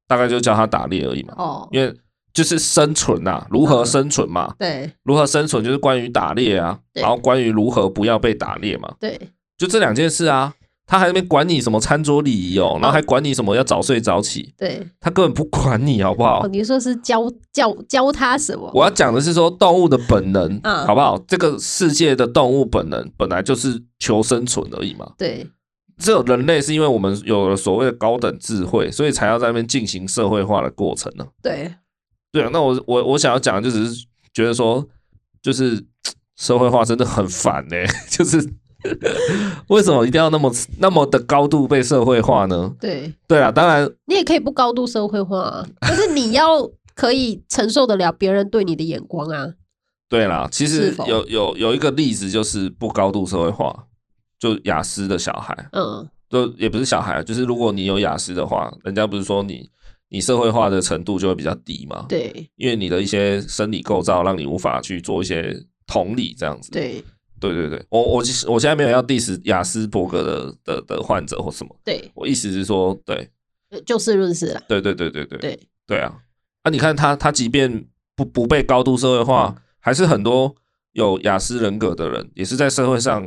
[SPEAKER 1] 大概就教他打猎而已嘛，
[SPEAKER 2] 哦，
[SPEAKER 1] 因为就是生存呐、如何生存嘛，
[SPEAKER 2] 对
[SPEAKER 1] 如何生存就是关于打猎啊，
[SPEAKER 2] 嗯对
[SPEAKER 1] 然后关于如何不要被打猎嘛，
[SPEAKER 2] 对
[SPEAKER 1] 就这两件事啊。他还在那边管你什么餐桌礼仪哦，然后还管你什么要早睡早起，
[SPEAKER 2] 对，
[SPEAKER 1] 他根本不管你好不好
[SPEAKER 2] 哦，？你说是教教教他什么？
[SPEAKER 1] 我要讲的是说动物的本能，
[SPEAKER 2] 嗯
[SPEAKER 1] 好不好？这个世界的动物本能本来就是求生存而已嘛。
[SPEAKER 2] 对
[SPEAKER 1] 只有人类是因为我们有了所谓的高等智慧，所以才要在那边进行社会化的过程呢、
[SPEAKER 2] 对
[SPEAKER 1] 对啊，那我我我想要讲的就只是觉得说，就是嘖社会化真的很烦呢、 就是为什么一定要那么那么的高度被社会化呢？
[SPEAKER 2] 对，
[SPEAKER 1] 对啊，当然
[SPEAKER 2] 你也可以不高度社会化啊，但是你要可以承受得了别人对你的眼光啊。
[SPEAKER 1] 对啦，其
[SPEAKER 2] 是
[SPEAKER 1] 实
[SPEAKER 2] 否
[SPEAKER 1] 有有有一个例子就是不高度社会化，就雅思的小孩。
[SPEAKER 2] 嗯，
[SPEAKER 1] 就也不是小孩，啊就是如果你有雅思的话，人家不是说你你社会化的程度就会比较低嘛？，
[SPEAKER 2] 对
[SPEAKER 1] 因为你的一些生理构造让你无法去做一些同理这样子。
[SPEAKER 2] 对
[SPEAKER 1] 对对对，我我其实我现在没有要 diss 雅思伯格的的的患者或什么，
[SPEAKER 2] 对，
[SPEAKER 1] 我意思是说，对
[SPEAKER 2] 呃就事论事啦。
[SPEAKER 1] 对对对对对
[SPEAKER 2] 对
[SPEAKER 1] 对啊！啊，你看他他即便不不被高度社会化，
[SPEAKER 2] 嗯
[SPEAKER 1] 还是很多有雅思人格的人也是在社会上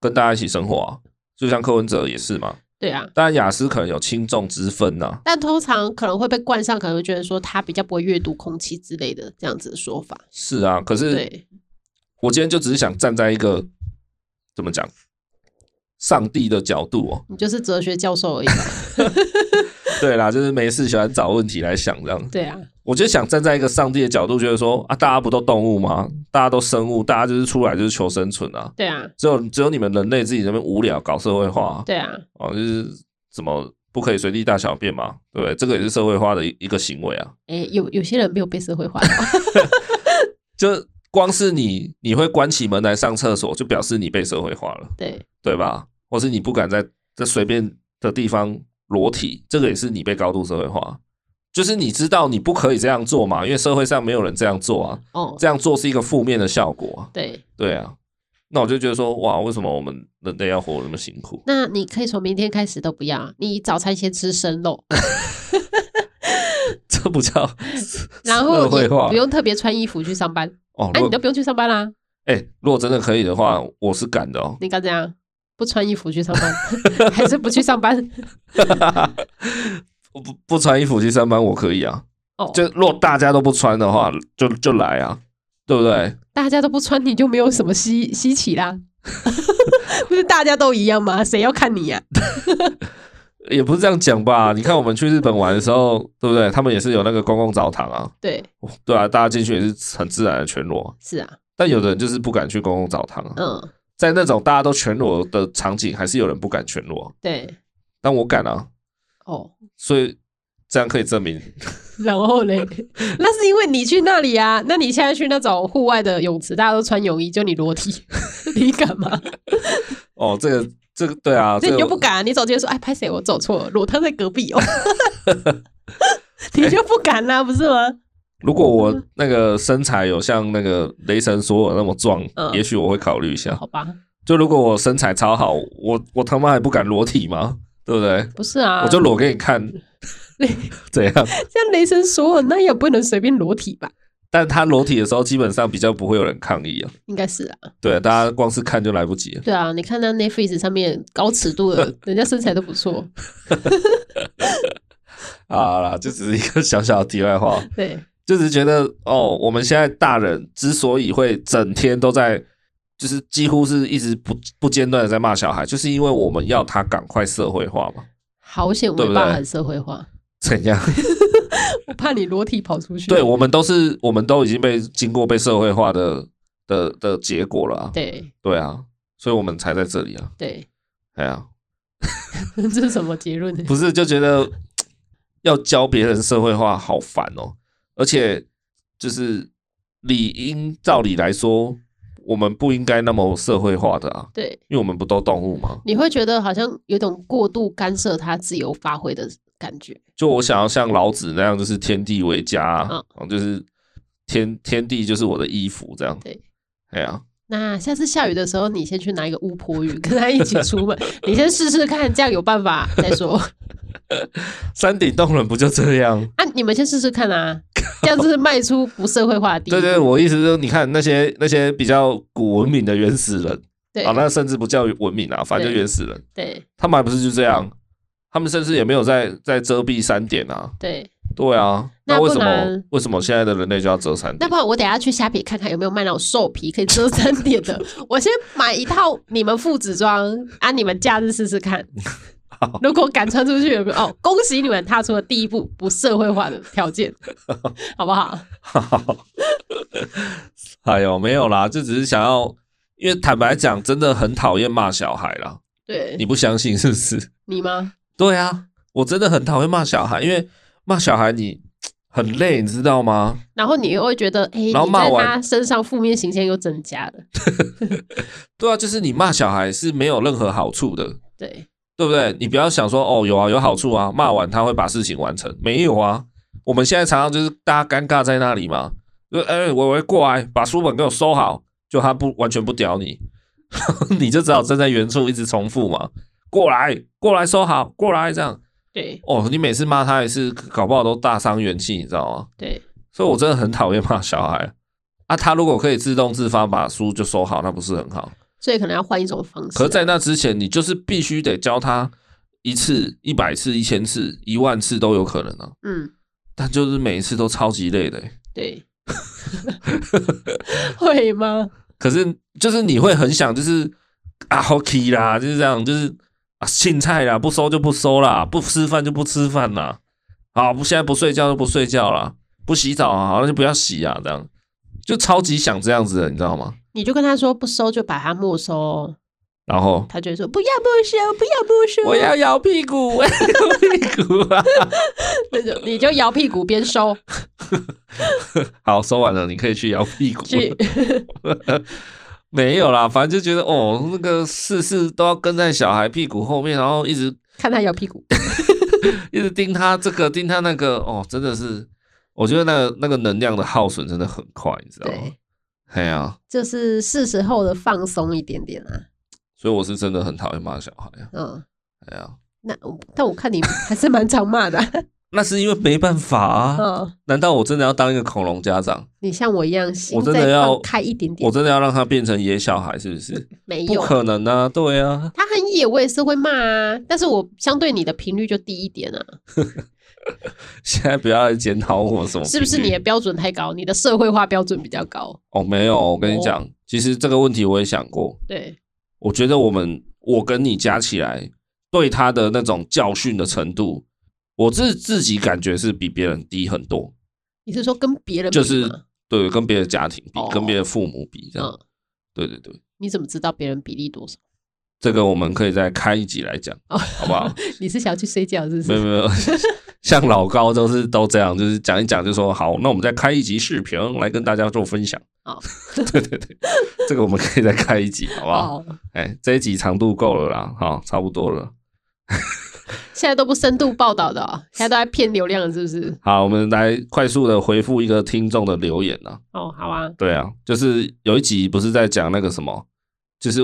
[SPEAKER 1] 跟大家一起生活啊，就像柯文哲也是嘛。
[SPEAKER 2] 对啊，
[SPEAKER 1] 当然，雅思可能有轻重之分啊呐、
[SPEAKER 2] 但通常可能会被冠上，可能会觉得说他比较不会阅读空气之类的这样子的说法。
[SPEAKER 1] 是啊，可是
[SPEAKER 2] 对
[SPEAKER 1] 我今天就只是想站在一个怎么讲，上帝的角度哦。
[SPEAKER 2] 你就是哲学教授而已嘛。
[SPEAKER 1] 对啦，就是没事喜欢找问题来想这样。
[SPEAKER 2] 对啊，
[SPEAKER 1] 我就想站在一个上帝的角度，觉得说啊，大家不都动物吗？大家都生物，大家就是出来就是求生存啊。
[SPEAKER 2] 对啊，
[SPEAKER 1] 只有只有你们人类自己这边无聊搞社会化
[SPEAKER 2] 对啊，
[SPEAKER 1] 啊，哦就是怎么不可以随地大小便嘛，对不对？这个也是社会化的一一个行为啊。
[SPEAKER 2] 诶，有有些人没有被社会化，
[SPEAKER 1] 就光是你你会关起门来上厕所，就表示你被社会化了。
[SPEAKER 2] 对
[SPEAKER 1] 对吧？或是你不敢在在随便的地方裸体，这个也是你被高度社会化。就是你知道你不可以这样做嘛，因为社会上没有人这样做啊，
[SPEAKER 2] 哦，
[SPEAKER 1] 这样做是一个负面的效果啊。
[SPEAKER 2] 对，
[SPEAKER 1] 对啊，那我就觉得说，哇，为什么我们人类要活那么辛苦？
[SPEAKER 2] 那你可以从明天开始都不要啊，你早餐先吃生 肉，
[SPEAKER 1] 这不叫
[SPEAKER 2] 然
[SPEAKER 1] 社
[SPEAKER 2] 后
[SPEAKER 1] 会
[SPEAKER 2] 也
[SPEAKER 1] 化
[SPEAKER 2] 不用特别穿衣服去上班，
[SPEAKER 1] 哦。
[SPEAKER 2] 哎，
[SPEAKER 1] 如果
[SPEAKER 2] 你都不用去上班啦，
[SPEAKER 1] 哎、如果真的可以的话，我是敢的哦。
[SPEAKER 2] 你敢怎样？不穿衣服去上 班，还是不去上班？
[SPEAKER 1] 我不不穿衣服去上班，我可以啊。
[SPEAKER 2] 哦，
[SPEAKER 1] 就若大家都不穿的话，就就来啊，对不对？
[SPEAKER 2] 大家都不穿，你就没有什么稀稀奇 啦。不是大家都一样吗？谁要看你呀、
[SPEAKER 1] 也不是这样讲吧？你看我们去日本玩的时候，对不对？他们也是有那个公共澡堂啊，
[SPEAKER 2] 对，
[SPEAKER 1] 对啊，大家进去也是很自然的全裸。
[SPEAKER 2] 是啊，
[SPEAKER 1] 但有的人就是不敢去公共澡堂啊，
[SPEAKER 2] 嗯，
[SPEAKER 1] 在那种大家都全裸的场景，还是有人不敢全裸。
[SPEAKER 2] 对，
[SPEAKER 1] 但我敢啊，
[SPEAKER 2] 哦，
[SPEAKER 1] 所以这样可以证明
[SPEAKER 2] 然 后嘞，那是因为你去那里啊。那你现在去那种户外的泳池，大家都穿泳衣，就你裸体， 你敢吗？
[SPEAKER 1] 哦，这个这个对啊，
[SPEAKER 2] 那
[SPEAKER 1] 这
[SPEAKER 2] 你
[SPEAKER 1] 个
[SPEAKER 2] 就不敢、啊，你走进来说，哎，拍谁？我走错了，裸汤在隔壁 哦。
[SPEAKER 1] 哎
[SPEAKER 2] 你就不敢啦、不是吗？
[SPEAKER 1] 如果
[SPEAKER 2] 嗯
[SPEAKER 1] 我那个身材有像那个雷神索尔那么壮，
[SPEAKER 2] 嗯
[SPEAKER 1] 也许我会考虑一下
[SPEAKER 2] 好。吧，
[SPEAKER 1] 就如果我身材超好，我我他妈还不敢裸体吗？对不对？
[SPEAKER 2] 不是啊，
[SPEAKER 1] 我就裸给你 看， 怎样？
[SPEAKER 2] 像雷神索尔那也不能随便裸体吧？
[SPEAKER 1] 但他裸体的时候，基本上比较不会有人抗议 啊。
[SPEAKER 2] 应该是啊。
[SPEAKER 1] 对，大家光是看就来不及了。
[SPEAKER 2] 对啊，你看那 Netflix 上面高尺 度的，人家身材都不错。
[SPEAKER 1] 啊啦，就只是一个小小的题外话，
[SPEAKER 2] 对，
[SPEAKER 1] 就只是觉得哦，我们现在大人之所以会整天都在，就是几乎是一直不不间断的在骂小孩，就是因为我们要他赶快社会化嘛。
[SPEAKER 2] 好险我
[SPEAKER 1] 对不
[SPEAKER 2] 没办
[SPEAKER 1] 对
[SPEAKER 2] 法很社会化，
[SPEAKER 1] 怎样？
[SPEAKER 2] 我怕你裸体跑出去。 啊
[SPEAKER 1] 对我们都是，我们都已经被经过被社会化的的的结果了、啊。
[SPEAKER 2] 对
[SPEAKER 1] 对啊，所以我们才在这里啊。
[SPEAKER 2] 对，
[SPEAKER 1] 哎呀，
[SPEAKER 2] 这是什么结论呢？
[SPEAKER 1] 不是就觉得要教别人社会化好烦哦，而且就是理应照理来说，我们不应该那么社会化的啊，
[SPEAKER 2] 对，
[SPEAKER 1] 因为我们不都动物吗？
[SPEAKER 2] 你会觉得好像有种过度干涉他自由发挥的感觉。
[SPEAKER 1] 就我想要像老子那样，就是天地为家、啊
[SPEAKER 2] 嗯，
[SPEAKER 1] 然后就是天天地就是我的衣服这样。
[SPEAKER 2] 对，
[SPEAKER 1] 哎呀，
[SPEAKER 2] 那下次下雨的时候，你先去拿一个巫婆雨，跟他一起出 门，你先试试看，这样有办法再说。
[SPEAKER 1] 山顶洞人不就这样？
[SPEAKER 2] 啊，你们先试试看啊，这样是迈出不社会化的第一
[SPEAKER 1] 对
[SPEAKER 2] 步。
[SPEAKER 1] 对，我意思就是，你看那些那些比较古文明的原始人
[SPEAKER 2] 对
[SPEAKER 1] 啊，那甚至不叫文明啊，反正就
[SPEAKER 2] 对
[SPEAKER 1] 原始人，
[SPEAKER 2] 对
[SPEAKER 1] 他们还不是就这
[SPEAKER 2] 嗯
[SPEAKER 1] 样？他们甚至也没有在在遮蔽山点啊，
[SPEAKER 2] 对，
[SPEAKER 1] 对啊，
[SPEAKER 2] 那
[SPEAKER 1] 为
[SPEAKER 2] 不
[SPEAKER 1] 什么
[SPEAKER 2] 然
[SPEAKER 1] 为什么现在的人类就要遮山
[SPEAKER 2] 那
[SPEAKER 1] 点？
[SPEAKER 2] 不然我等下去虾皮看看有没有卖那种兽皮可以遮三点的，我先买一套你们父子装啊，你们假日试 试看。如果敢穿出去有没有？哦，恭喜你们踏出了第一步不社会化的条件，好不好？
[SPEAKER 1] 哎呦，没有啦，就只是想要，因为坦白讲，真的很讨厌骂小孩啦，
[SPEAKER 2] 对
[SPEAKER 1] 你不相信是不是？
[SPEAKER 2] 你吗？
[SPEAKER 1] 对啊，我真的很讨厌骂小孩，因为骂小孩你很累，你知道吗？
[SPEAKER 2] 然后你又会觉得，哎、
[SPEAKER 1] 然后
[SPEAKER 2] 你
[SPEAKER 1] 骂
[SPEAKER 2] 在
[SPEAKER 1] 完
[SPEAKER 2] 他身上负面形象又增加了，
[SPEAKER 1] 对啊，就是你骂小孩是没有任何好处的，
[SPEAKER 2] 对
[SPEAKER 1] 对不对？你不要想说哦，有啊，有好处啊，骂完他会把事情完成，没有啊。我们现在常常就是大家尴尬在那里嘛，就哎，伟伟过来，把书本给我收好，就他不完全不屌你， 你就只好站在原处一直重复嘛，过来，过来收好，过来这样。
[SPEAKER 2] 对
[SPEAKER 1] 哦，你每次骂他一次，搞不好都大伤元气，你知道吗？
[SPEAKER 2] 对，
[SPEAKER 1] 所以我真的很讨厌骂小孩啊。他如果可以自动自发把书就收好，那不是很好？
[SPEAKER 2] 所以可能要换一种方式。
[SPEAKER 1] 可是啊在那之前，你就是必须得教他一次、一百次、一千次、一万次都有可能啊。
[SPEAKER 2] 嗯，
[SPEAKER 1] 但就是每一次都超级累的欸、
[SPEAKER 2] 对， 会吗？
[SPEAKER 1] 可是就是你会很想，就是啊，hockey 啦，就是这样，就是啊，青菜啦，不收就不收啦，不吃饭就不吃饭啦，啊，不现在不睡觉就不睡觉啦，不洗澡啊，好那就不要洗啊，这样就超级想这样子的，你知道吗？
[SPEAKER 2] 你就跟他说不收就把它没收哦、
[SPEAKER 1] 然后
[SPEAKER 2] 他就会说不要不收，不要不收，
[SPEAKER 1] 我要摇屁股，我要摇屁股啊！
[SPEAKER 2] 那种你就摇屁股边收
[SPEAKER 1] 好，收完了，你可以去摇屁股。
[SPEAKER 2] 去，
[SPEAKER 1] 没有啦，反正就觉得哦，那个事事都要跟在小孩屁股后面，然后一直
[SPEAKER 2] 看他摇屁股，
[SPEAKER 1] 一直盯他这个盯他那个，哦，真的是，我觉得那个那个能量的耗损真的很快，你知道吗
[SPEAKER 3] 对？
[SPEAKER 1] 哎呀、
[SPEAKER 3] 就是是时候的放松一点点啊。
[SPEAKER 1] 所以我是真的很讨厌骂小孩啊，
[SPEAKER 2] 哦
[SPEAKER 3] 嗯，
[SPEAKER 1] 哎呀、
[SPEAKER 3] 那我但我看你还是蛮常 骂的啊、
[SPEAKER 1] 那是因为没办法啊。
[SPEAKER 2] 哦
[SPEAKER 3] 嗯，
[SPEAKER 1] 难道我真的要当一个恐龙家长？
[SPEAKER 3] 你像我一样，心
[SPEAKER 1] 我真的
[SPEAKER 3] 再放
[SPEAKER 1] 要
[SPEAKER 3] 开一点
[SPEAKER 1] 我
[SPEAKER 3] 点，
[SPEAKER 1] 真的要让他变成野小孩，是不是？
[SPEAKER 2] 没
[SPEAKER 1] 不
[SPEAKER 2] 有。
[SPEAKER 1] 可能啊，对啊，
[SPEAKER 2] 他很野，我也是会骂啊，但是我相对你的频率就低一点啊，
[SPEAKER 1] 现在不要来检讨我哦什么频率，
[SPEAKER 2] 是不是你的标准太高？你的社会化标准比较高，
[SPEAKER 1] 哦，没有，我跟你讲，其实这个问题我也想过。
[SPEAKER 2] 对，
[SPEAKER 1] 我觉得我们我跟你加起来，对他的那种教训的程度，我自自己感觉是比别人低很多。
[SPEAKER 2] 你是说跟别人比
[SPEAKER 1] 就是
[SPEAKER 2] 吗
[SPEAKER 1] 对，跟别的家庭比
[SPEAKER 2] 哦，
[SPEAKER 1] 跟别的父母比，这样
[SPEAKER 2] 嗯。，
[SPEAKER 1] 对对对，
[SPEAKER 2] 你怎么知道别人比例多少？
[SPEAKER 1] 这个我们可以再开一集来讲，
[SPEAKER 2] 哦
[SPEAKER 1] 好不 好？
[SPEAKER 2] 你是想要去睡觉是不
[SPEAKER 1] 没有
[SPEAKER 2] 是？
[SPEAKER 1] 没 有，像老高都是都这样，就是讲一讲就说好，那我们再开一集视频来跟大家做分享。
[SPEAKER 2] 哦
[SPEAKER 1] 对对对，这个我们可以再开一集，好不好？
[SPEAKER 2] 哦，
[SPEAKER 1] 哎，这一集长度够了啦，好，差不多了。
[SPEAKER 2] 现在都不深度报道的、哦，现在都在骗流量是不是？
[SPEAKER 1] 好，我们来快速的回复一个听众的留言啊。
[SPEAKER 2] 哦，好啊，
[SPEAKER 1] 对啊，就是有一集不是在讲那个什么，就是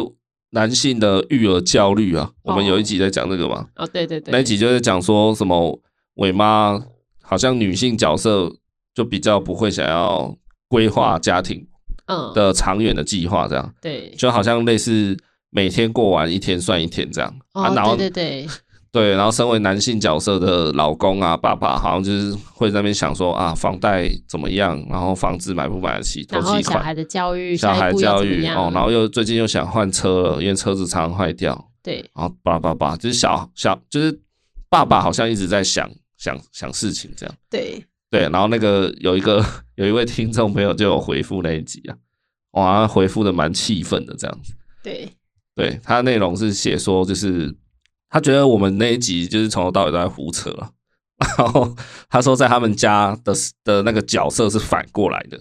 [SPEAKER 1] 男性的育儿焦虑啊。我们有一集在讲这个嘛，
[SPEAKER 2] 哦，对对对，
[SPEAKER 1] 那一集就在讲说什么伟妈好像女性角色就比较不会想要规划家庭
[SPEAKER 2] 嗯，
[SPEAKER 1] 的长远的计划，这样
[SPEAKER 2] 对，
[SPEAKER 1] 就好像类似每天过完一天算一天这样、啊。
[SPEAKER 2] 哦，
[SPEAKER 1] 然后
[SPEAKER 2] 对对对，
[SPEAKER 1] 对，然后身为男性角色的老公啊、爸爸，好像就是会在那边想说啊，房贷怎么样，然后房子买不买得起，头
[SPEAKER 2] 然后
[SPEAKER 1] 期
[SPEAKER 2] 小
[SPEAKER 1] 款，
[SPEAKER 2] 孩的教育，
[SPEAKER 1] 小
[SPEAKER 2] 下
[SPEAKER 1] 孩
[SPEAKER 2] 一步要
[SPEAKER 1] 教
[SPEAKER 2] 怎么
[SPEAKER 1] 育
[SPEAKER 2] 样？
[SPEAKER 1] 哦，然后又最近又想换车了，因为车子常常坏掉，
[SPEAKER 2] 对，
[SPEAKER 1] 然后叭叭叭，就是小小就是爸爸好像一直在想想想事情这样。
[SPEAKER 2] 对，
[SPEAKER 1] 对，然后那个有一个 有一位听众朋友就有回复那一集啊，哇，他回复的蛮气愤的这样子。
[SPEAKER 2] 对，
[SPEAKER 1] 对，他的内容是写说，就是他觉得我们那一集就是从头到尾都在胡扯啊。然后他说，在他们家的的那个角色是反过来的，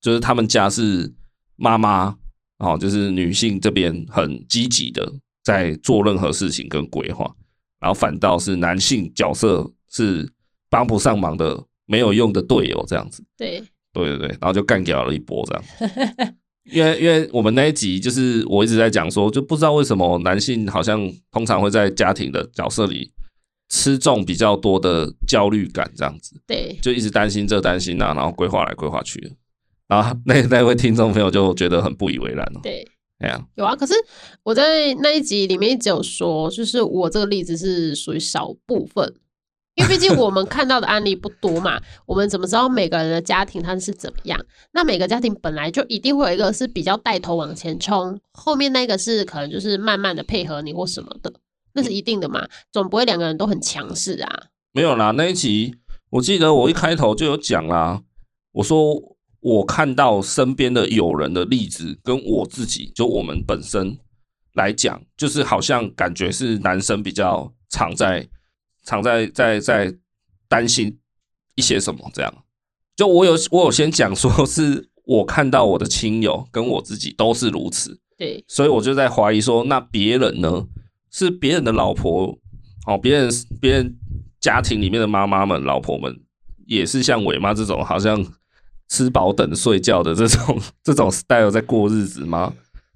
[SPEAKER 1] 就是他们家是妈妈哦，就是女性这边很积极的在做任何事情跟规划，然后反倒是男性角色是帮不上忙的没有用的队友这样子。
[SPEAKER 2] 对，
[SPEAKER 1] 对对对，然后就干掉了一波这样。因为因为我们那一集就是我一直在讲说，就不知道为什么男性好像通常会在家庭的角色里吃重比较多的焦虑感，这样子
[SPEAKER 2] 对，
[SPEAKER 1] 就一直担心这担心那，然后规划来规划去的。然后那那位听众朋友就觉得很不以为然了。
[SPEAKER 2] 对。
[SPEAKER 1] 哎呀，
[SPEAKER 2] 有啊，可是我在那一集里面一直有说，就是我这个例子是属于少部分，因为毕竟我们看到的案例不多嘛，我们怎么知道每个人的家庭他是怎么样？那每个家庭本来就一定会有一个是比较带头往前冲，后面那个是可能就是慢慢的配合你或什么的，那是一定的嘛，总不会两个人都很强势啊。
[SPEAKER 1] 没有啦，那一集我记得我一开头就有讲啦，我说我看到身边的友人的例子，跟我自己就我们本身来讲，就是好像感觉是男生比较常在常在在在担心一些什么这样。就我有我有先讲说，是我看到我的亲友跟我自己都是如此，
[SPEAKER 2] 对
[SPEAKER 1] 所以我就在怀疑说，那别人呢？是别人的老婆哦，别人别人家庭里面的妈妈们、老婆们，也是像伟妈这种好像吃饱等睡觉的这种 这种 style 在过日子吗？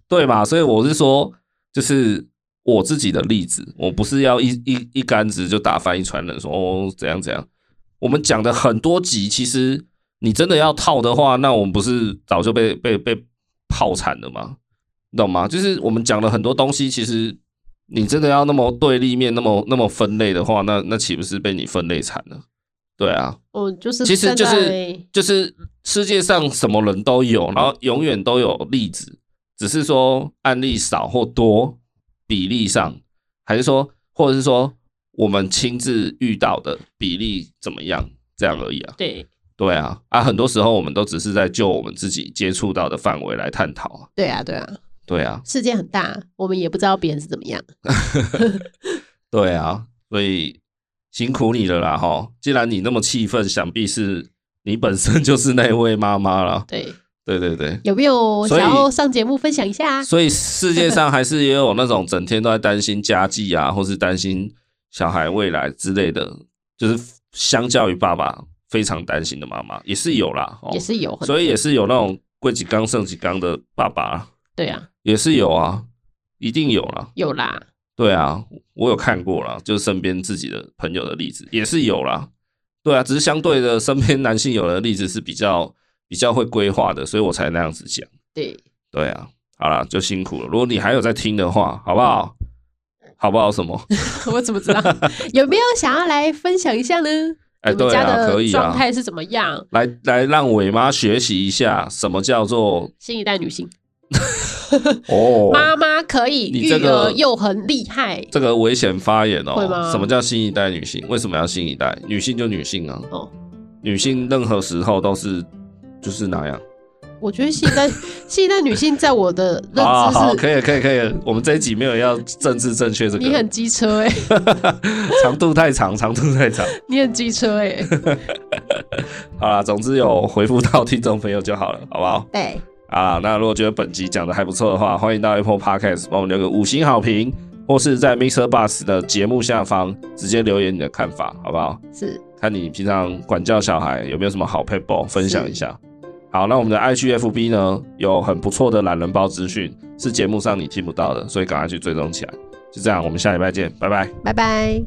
[SPEAKER 1] 对吧？所以我是说，就是我自己的例子，我不是要一一一竿子就打翻一船人说哦怎样怎样。我们讲的很多集，其实你真的要套的话，那我们不是早就被被被泡惨了吗？你懂吗？就是我们讲了很多东西，其实你真的要那么对立面，那么那么分类的话，那那岂不是被你分类惨了？对啊，
[SPEAKER 2] 我就是
[SPEAKER 1] 其实
[SPEAKER 2] 站
[SPEAKER 1] 就是
[SPEAKER 2] 在
[SPEAKER 1] 就是世界上什么人都有，然后永远都有例子，只是说案例少或多，比例上，还是说，或者是说我们亲自遇到的比例怎么样，这样而已啊。
[SPEAKER 2] 对
[SPEAKER 1] 对啊，啊，很多时候我们都只是在就我们自己接触到的范围来探讨啊。
[SPEAKER 2] 对啊对啊，
[SPEAKER 1] 对啊，
[SPEAKER 2] 世界很大，我们也不知道别人是怎么样。
[SPEAKER 1] 对啊，所以辛苦你了啦哈！既然你那么气愤，想必是你本身就是那位妈妈了。
[SPEAKER 2] 对，
[SPEAKER 1] 对对对，
[SPEAKER 2] 有没有
[SPEAKER 1] 所
[SPEAKER 2] 想
[SPEAKER 1] 以
[SPEAKER 2] 要上节目分享一下啊？
[SPEAKER 1] 所以世界上还是也有那种整天都在担心家计啊，或是担心小孩未来之类的，就是相较于爸爸非常担心的妈妈也是有啦，哦
[SPEAKER 2] 嗯也，是有很，
[SPEAKER 1] 所以也是有那种贵几缸剩几缸的爸爸
[SPEAKER 2] 对啊，
[SPEAKER 1] 也是有啊，一定有啦。
[SPEAKER 2] 有啦，
[SPEAKER 1] 对啊，
[SPEAKER 2] 嗯
[SPEAKER 1] 我有看过啦，就是身边自己的朋友的例子也是有啦。对啊，只是相对的，身边男性有的例子是比较比较会规划的，所以我才那样子讲。
[SPEAKER 2] 对，
[SPEAKER 1] 对啊，好啦，就辛苦了。如果你还有在听的话，好不好？好不好？什么？
[SPEAKER 2] 我怎么知道？有没有想要来分享一下呢？
[SPEAKER 1] 哎，
[SPEAKER 2] 你们
[SPEAKER 1] 对
[SPEAKER 2] 家
[SPEAKER 1] 啊，可
[SPEAKER 2] 的
[SPEAKER 1] 以
[SPEAKER 2] 状
[SPEAKER 1] 啊，
[SPEAKER 2] 态是怎么样？
[SPEAKER 1] 来来，让伟妈学习一下什么叫做
[SPEAKER 2] 新一代女性
[SPEAKER 1] 哦，
[SPEAKER 2] 妈妈可以
[SPEAKER 1] 你
[SPEAKER 2] 育
[SPEAKER 1] 这个
[SPEAKER 2] 儿又很厉害
[SPEAKER 1] 这个危险发言哦
[SPEAKER 2] 会吗。
[SPEAKER 1] 什么叫新一代女性？为什么要新一代？女性就女性啊，
[SPEAKER 2] 哦。
[SPEAKER 1] 女性任何时候都是就是那样。
[SPEAKER 2] 我觉得新一代 新一代女性在我的认
[SPEAKER 1] 啊，好，
[SPEAKER 2] 知是，
[SPEAKER 1] 可以，可以，可以。我们这一集没有要政治正确这
[SPEAKER 2] 你
[SPEAKER 1] 个
[SPEAKER 2] 很，机车哎、
[SPEAKER 1] 长度太长， 长度太长。
[SPEAKER 2] 你很机 车哎、
[SPEAKER 1] 好啦，总之有回复到听众朋友就好了，好不好？
[SPEAKER 2] 对，
[SPEAKER 1] 啊，那如果觉得本集讲的还不错的话，欢迎到 Apple Podcast 帮我们留个五星好评，或是在 Mixer Bus 的节目下方直接留言你的看法，好不好？
[SPEAKER 2] 是
[SPEAKER 1] 看你平常管教小孩有没有什么好 p a p e 分享一下。好，那我们的 IGFB 呢有很不错的懒人包资讯，是节目上你听不到的，所以赶快去追踪起来。就这样，我们下礼拜见，拜拜。
[SPEAKER 2] 拜拜。